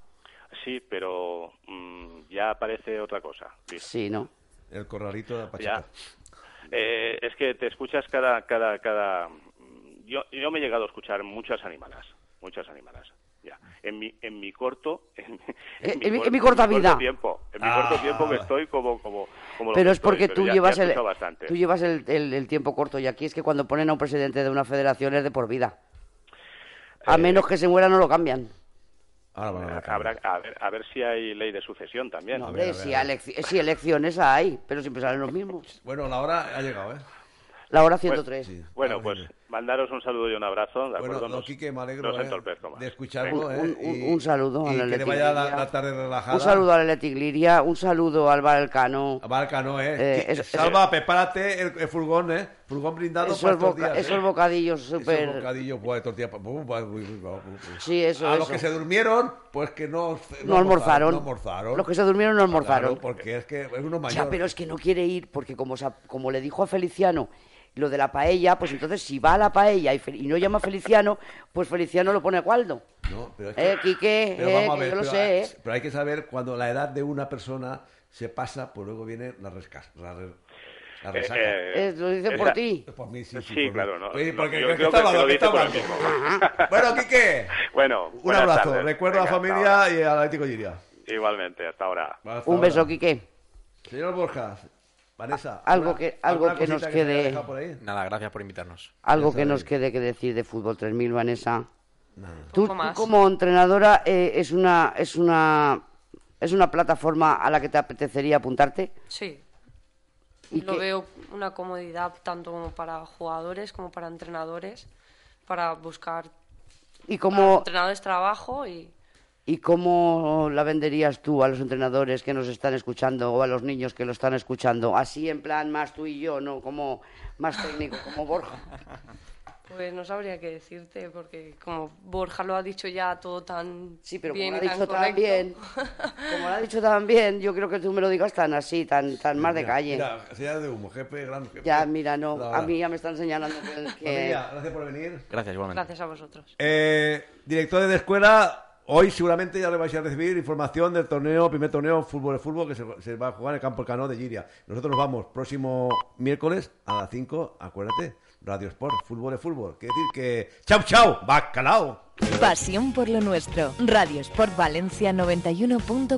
Speaker 14: sí, pero mm, ya aparece otra cosa. Luis.
Speaker 4: Sí, ¿no?
Speaker 3: El corralito de la
Speaker 14: Ya. Eh, es que te escuchas cada, cada, cada. mm, Yo, yo me he llegado a escuchar muchas animalas, muchas animalas. Ya. En mi, en mi corto, en, mi-
Speaker 4: Eh,
Speaker 14: en
Speaker 4: en mi-
Speaker 14: cor-
Speaker 4: en mi corta
Speaker 14: corto
Speaker 4: vida.
Speaker 14: tiempo, en mi
Speaker 4: Ah.
Speaker 14: corto tiempo que estoy como, como, como lo que
Speaker 4: Pero es
Speaker 14: estoy,
Speaker 4: porque
Speaker 14: pero
Speaker 4: tú
Speaker 14: ya- ya
Speaker 4: llevas,
Speaker 14: he
Speaker 4: el,
Speaker 14: escuchado bastante.
Speaker 4: tú llevas el, el- el tiempo corto y aquí es que cuando ponen a un presidente de una federación es de por vida.
Speaker 14: Eh,
Speaker 4: A menos que se muera no lo cambian.
Speaker 3: Ah,
Speaker 14: Habrá, a, ver, a ver si hay ley de sucesión también. Pues,
Speaker 4: Hombre, si, alec- si elecciones hay, pero siempre salen los mismos.
Speaker 3: Bueno, la hora ha llegado, ¿eh? Ah,
Speaker 4: la hora 103.
Speaker 14: Bueno, pues mandaros un saludo y un abrazo, ¿de acuerdo?
Speaker 3: Bueno, no,
Speaker 14: Nos-
Speaker 3: Quique, me alegro
Speaker 14: nos
Speaker 3: eh,
Speaker 14: entorpezco más.
Speaker 3: de escucharlo.
Speaker 4: Un-
Speaker 3: eh,
Speaker 4: un-
Speaker 3: y-
Speaker 4: un saludo
Speaker 3: y
Speaker 4: al
Speaker 3: Que le
Speaker 4: Athletic
Speaker 3: vaya la,
Speaker 4: Liria.
Speaker 3: la tarde relajada.
Speaker 4: Un saludo al Athletic Liria, un saludo al Valcano.
Speaker 3: Valcano, eh.
Speaker 4: Eh,
Speaker 3: Quique,
Speaker 4: eso- eso-
Speaker 3: Salva, prepárate el, el furgón, ¿eh? Furgón blindado
Speaker 4: Esos
Speaker 3: para estos
Speaker 4: boca-
Speaker 3: días. ¿eh?
Speaker 4: esos bocadillos súper-
Speaker 3: Esos bocadillos, pues, tortilla. pa- bu- bu- bu- bu- bu- bu-
Speaker 4: Sí, eso,
Speaker 3: uh, A los
Speaker 4: eso.
Speaker 3: que se durmieron, pues que no...
Speaker 4: No almorzaron.
Speaker 3: No almorzaron.
Speaker 4: Los que se durmieron no
Speaker 3: Claro,
Speaker 4: almorzaron.
Speaker 3: porque es que es uno mayor.
Speaker 4: Ya, pero es que no quiere ir porque como, sa- como le dijo a Feliciano lo de la paella, pues entonces si va a la paella y, Fe- y no llama a Feliciano, pues Feliciano lo pone a Waldo.
Speaker 3: No, pero es
Speaker 4: Eh, Quique,
Speaker 3: pero
Speaker 4: eh,
Speaker 3: vamos a
Speaker 4: que
Speaker 3: ver,
Speaker 4: yo lo
Speaker 3: pero,
Speaker 4: sé,
Speaker 3: eh,
Speaker 4: eh.
Speaker 3: Pero hay que saber cuando la edad de una persona se pasa, pues luego viene la rescas. La, re- la
Speaker 14: Eh,
Speaker 3: resaca.
Speaker 14: eh,
Speaker 4: Eh, lo dice por
Speaker 14: esa-
Speaker 4: ti.
Speaker 3: Por mí, sí, sí.
Speaker 14: Sí, claro, no.
Speaker 3: Oye, porque
Speaker 14: Yo
Speaker 3: creo que
Speaker 14: creo
Speaker 3: está
Speaker 14: que
Speaker 3: hablando,
Speaker 14: lo
Speaker 3: que
Speaker 14: dice
Speaker 3: está
Speaker 14: por él
Speaker 3: hablando.
Speaker 14: mismo.
Speaker 3: Bueno, Quique.
Speaker 14: Bueno,
Speaker 3: Un
Speaker 14: buenas
Speaker 3: abrazo.
Speaker 14: tardes.
Speaker 3: Recuerdo a la
Speaker 14: Venga, hasta
Speaker 3: familia y al Atlético Giria.
Speaker 14: ahora. Igualmente, hasta ahora.
Speaker 3: Hasta
Speaker 4: Un
Speaker 3: ahora.
Speaker 4: beso, Quique.
Speaker 3: Señor Borjas, Vanessa.
Speaker 4: A- algo
Speaker 3: ¿alguna-
Speaker 4: que- algo
Speaker 3: alguna
Speaker 4: que nos
Speaker 3: cosita se
Speaker 4: quede-
Speaker 3: haya dejado por ahí?
Speaker 9: Nada, gracias por invitarnos.
Speaker 4: Algo que nos quede que decir de Fútbol 3000, Vanessa. Tú,
Speaker 10: Poco
Speaker 4: tú
Speaker 10: más.
Speaker 4: como entrenadora eh, es una es una es una plataforma a la que te apetecería apuntarte.
Speaker 10: Sí.
Speaker 4: ¿Y
Speaker 10: Lo
Speaker 4: qué?
Speaker 10: veo una comodidad tanto como para jugadores como para entrenadores, para buscar
Speaker 4: ¿Y
Speaker 10: para
Speaker 4: cómo
Speaker 10: entrenadores trabajo y
Speaker 4: y cómo la venderías tú a los entrenadores que nos están escuchando o a los niños que lo están escuchando? Así en plan más tú y yo, no como más técnico, como Borja.
Speaker 10: pues no sabría qué decirte porque como Borja lo ha dicho ya todo tan sí,
Speaker 4: pero como
Speaker 10: bien
Speaker 4: lo ha
Speaker 10: y tan
Speaker 4: dicho tan
Speaker 10: correcto.
Speaker 4: bien, Como lo ha dicho también, yo creo que tú me lo digas tan así, tan tan más de
Speaker 3: Mira,
Speaker 4: calle.
Speaker 3: Mira, señal de humo, jefe, gran jefe.
Speaker 4: Ya, mira, no,
Speaker 3: Ahora.
Speaker 4: a mí eh, ya me están señalando que- que...
Speaker 3: Familia, gracias por venir.
Speaker 9: Gracias, igualmente.
Speaker 10: Gracias a vosotros.
Speaker 3: Eh, directores de escuela, hoy seguramente ya le vais a recibir información del torneo, primer torneo fútbol de fútbol que se, se va a jugar en el campo Cano de Giria. Nosotros nos vamos próximo miércoles a las 5, acuérdate, Radio Sport, fútbol de fútbol. Quiere decir que chao, chao, bacalao.
Speaker 2: Pasión por lo nuestro. Radio Sport Valencia 91.4.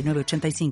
Speaker 12: 906985.